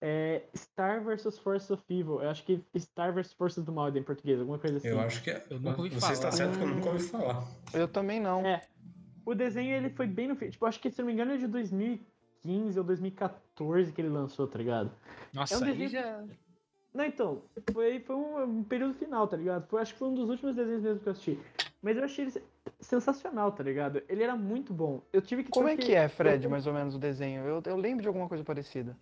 [SPEAKER 3] É Star vs Forces of Evil. Eu acho que Star vs Forces do Mal em português, alguma coisa assim.
[SPEAKER 1] Eu acho que é.
[SPEAKER 5] Eu nunca ouvi
[SPEAKER 1] Você está
[SPEAKER 5] falar.
[SPEAKER 1] certo que eu nunca ouvi falar.
[SPEAKER 4] Eu também não.
[SPEAKER 3] É. O desenho ele foi bem no fim. Tipo, acho que se não me engano é de 2015 ou 2014 que ele lançou, tá ligado?
[SPEAKER 5] Nossa,
[SPEAKER 3] É um
[SPEAKER 5] aí
[SPEAKER 3] desenho-
[SPEAKER 5] já.
[SPEAKER 3] Não, então, foi, foi um, um período final, tá ligado? Foi, acho que foi um dos últimos desenhos mesmo que eu assisti. Mas eu achei ele se- sensacional, tá ligado? Ele era muito bom. Eu tive que. tipo,
[SPEAKER 4] Como é
[SPEAKER 3] tanto
[SPEAKER 4] que é, Fred,
[SPEAKER 3] eu-
[SPEAKER 4] mais ou menos, o desenho? Eu, eu lembro de alguma coisa parecida.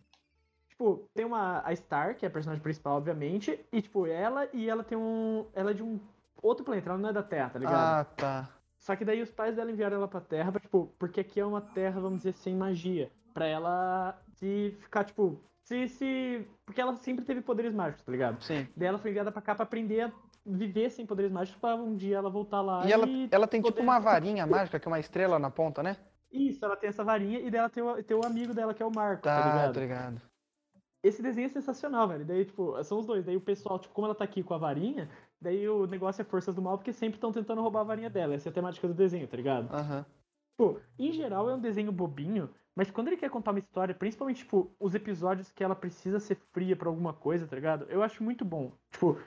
[SPEAKER 3] Tipo, tem uma. A Star, que é a personagem principal, obviamente. E, tipo, ela e ela tem um. Ela é de um outro planeta, ela não é da Terra, tá ligado?
[SPEAKER 4] Ah, tá.
[SPEAKER 3] Só que daí os pais dela enviaram ela pra Terra, pra, tipo, porque aqui é uma Terra, vamos dizer, sem magia. Pra ela se ficar, tipo, se, se... Porque ela sempre teve poderes mágicos, tá ligado?
[SPEAKER 4] Sim.
[SPEAKER 3] Daí ela foi enviada pra cá pra aprender a viver sem poderes mágicos pra um dia ela voltar lá
[SPEAKER 4] E ela, ela tem tipo
[SPEAKER 3] poder-
[SPEAKER 4] uma varinha mágica, que é uma estrela na ponta, né?
[SPEAKER 3] Isso, ela tem essa varinha e dela tem o, tem o amigo dela, que é o Marco, tá,
[SPEAKER 4] Tá,
[SPEAKER 3] ligado?
[SPEAKER 4] tá ligado.
[SPEAKER 3] Esse desenho é sensacional, velho. Daí, tipo, são os dois. Daí o pessoal, tipo, como ela tá aqui com a varinha, daí o negócio é forças do mal, porque sempre estão tentando roubar a varinha dela. Essa é a temática do desenho, tá ligado?
[SPEAKER 4] Aham.
[SPEAKER 3] Tipo, em geral é um desenho bobinho, mas quando ele quer contar uma história, principalmente, tipo, os episódios que ela precisa ser fria pra alguma coisa, tá ligado? Eu acho muito bom. Tipo,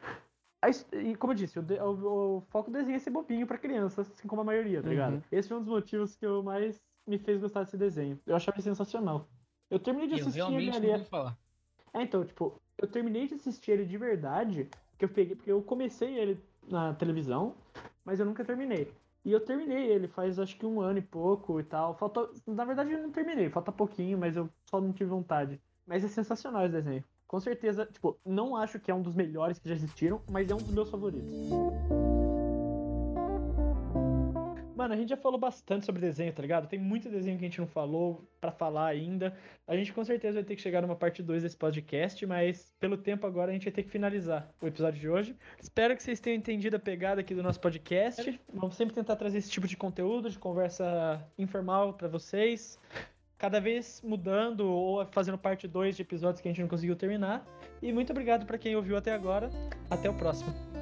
[SPEAKER 3] a his- e como eu disse, o, de- o- o foco do desenho é ser bobinho pra criança, assim como a maioria, tá ligado?
[SPEAKER 4] Uhum.
[SPEAKER 3] Esse foi um dos motivos que eu mais me fez gostar desse desenho. Eu achava ele sensacional. Eu terminei de
[SPEAKER 5] Eu
[SPEAKER 3] assistir ele
[SPEAKER 5] realmente
[SPEAKER 3] ali.
[SPEAKER 5] não ouvi falar.
[SPEAKER 3] É, então, tipo, eu terminei de assistir ele de verdade, que eu peguei, porque eu comecei ele na televisão, mas eu nunca terminei. E eu terminei ele faz acho que um ano e pouco e tal. Falta, na verdade eu não terminei, falta pouquinho, mas eu só não tive vontade. Mas é sensacional esse desenho. Com certeza, tipo, não acho que é um dos melhores que já existiram, mas é um dos meus favoritos. Mano, a gente já falou bastante sobre desenho, tá ligado? Tem muito desenho que a gente não falou pra falar ainda. A gente com certeza vai ter que chegar numa parte 2 desse podcast, mas pelo tempo agora a gente vai ter que finalizar o episódio de hoje. Espero que vocês tenham entendido a pegada aqui do nosso podcast. Vamos sempre tentar trazer esse tipo de conteúdo, de conversa informal pra vocês. Cada vez mudando ou fazendo parte 2 de episódios que a gente não conseguiu terminar. E muito obrigado pra quem ouviu até agora. Até o próximo.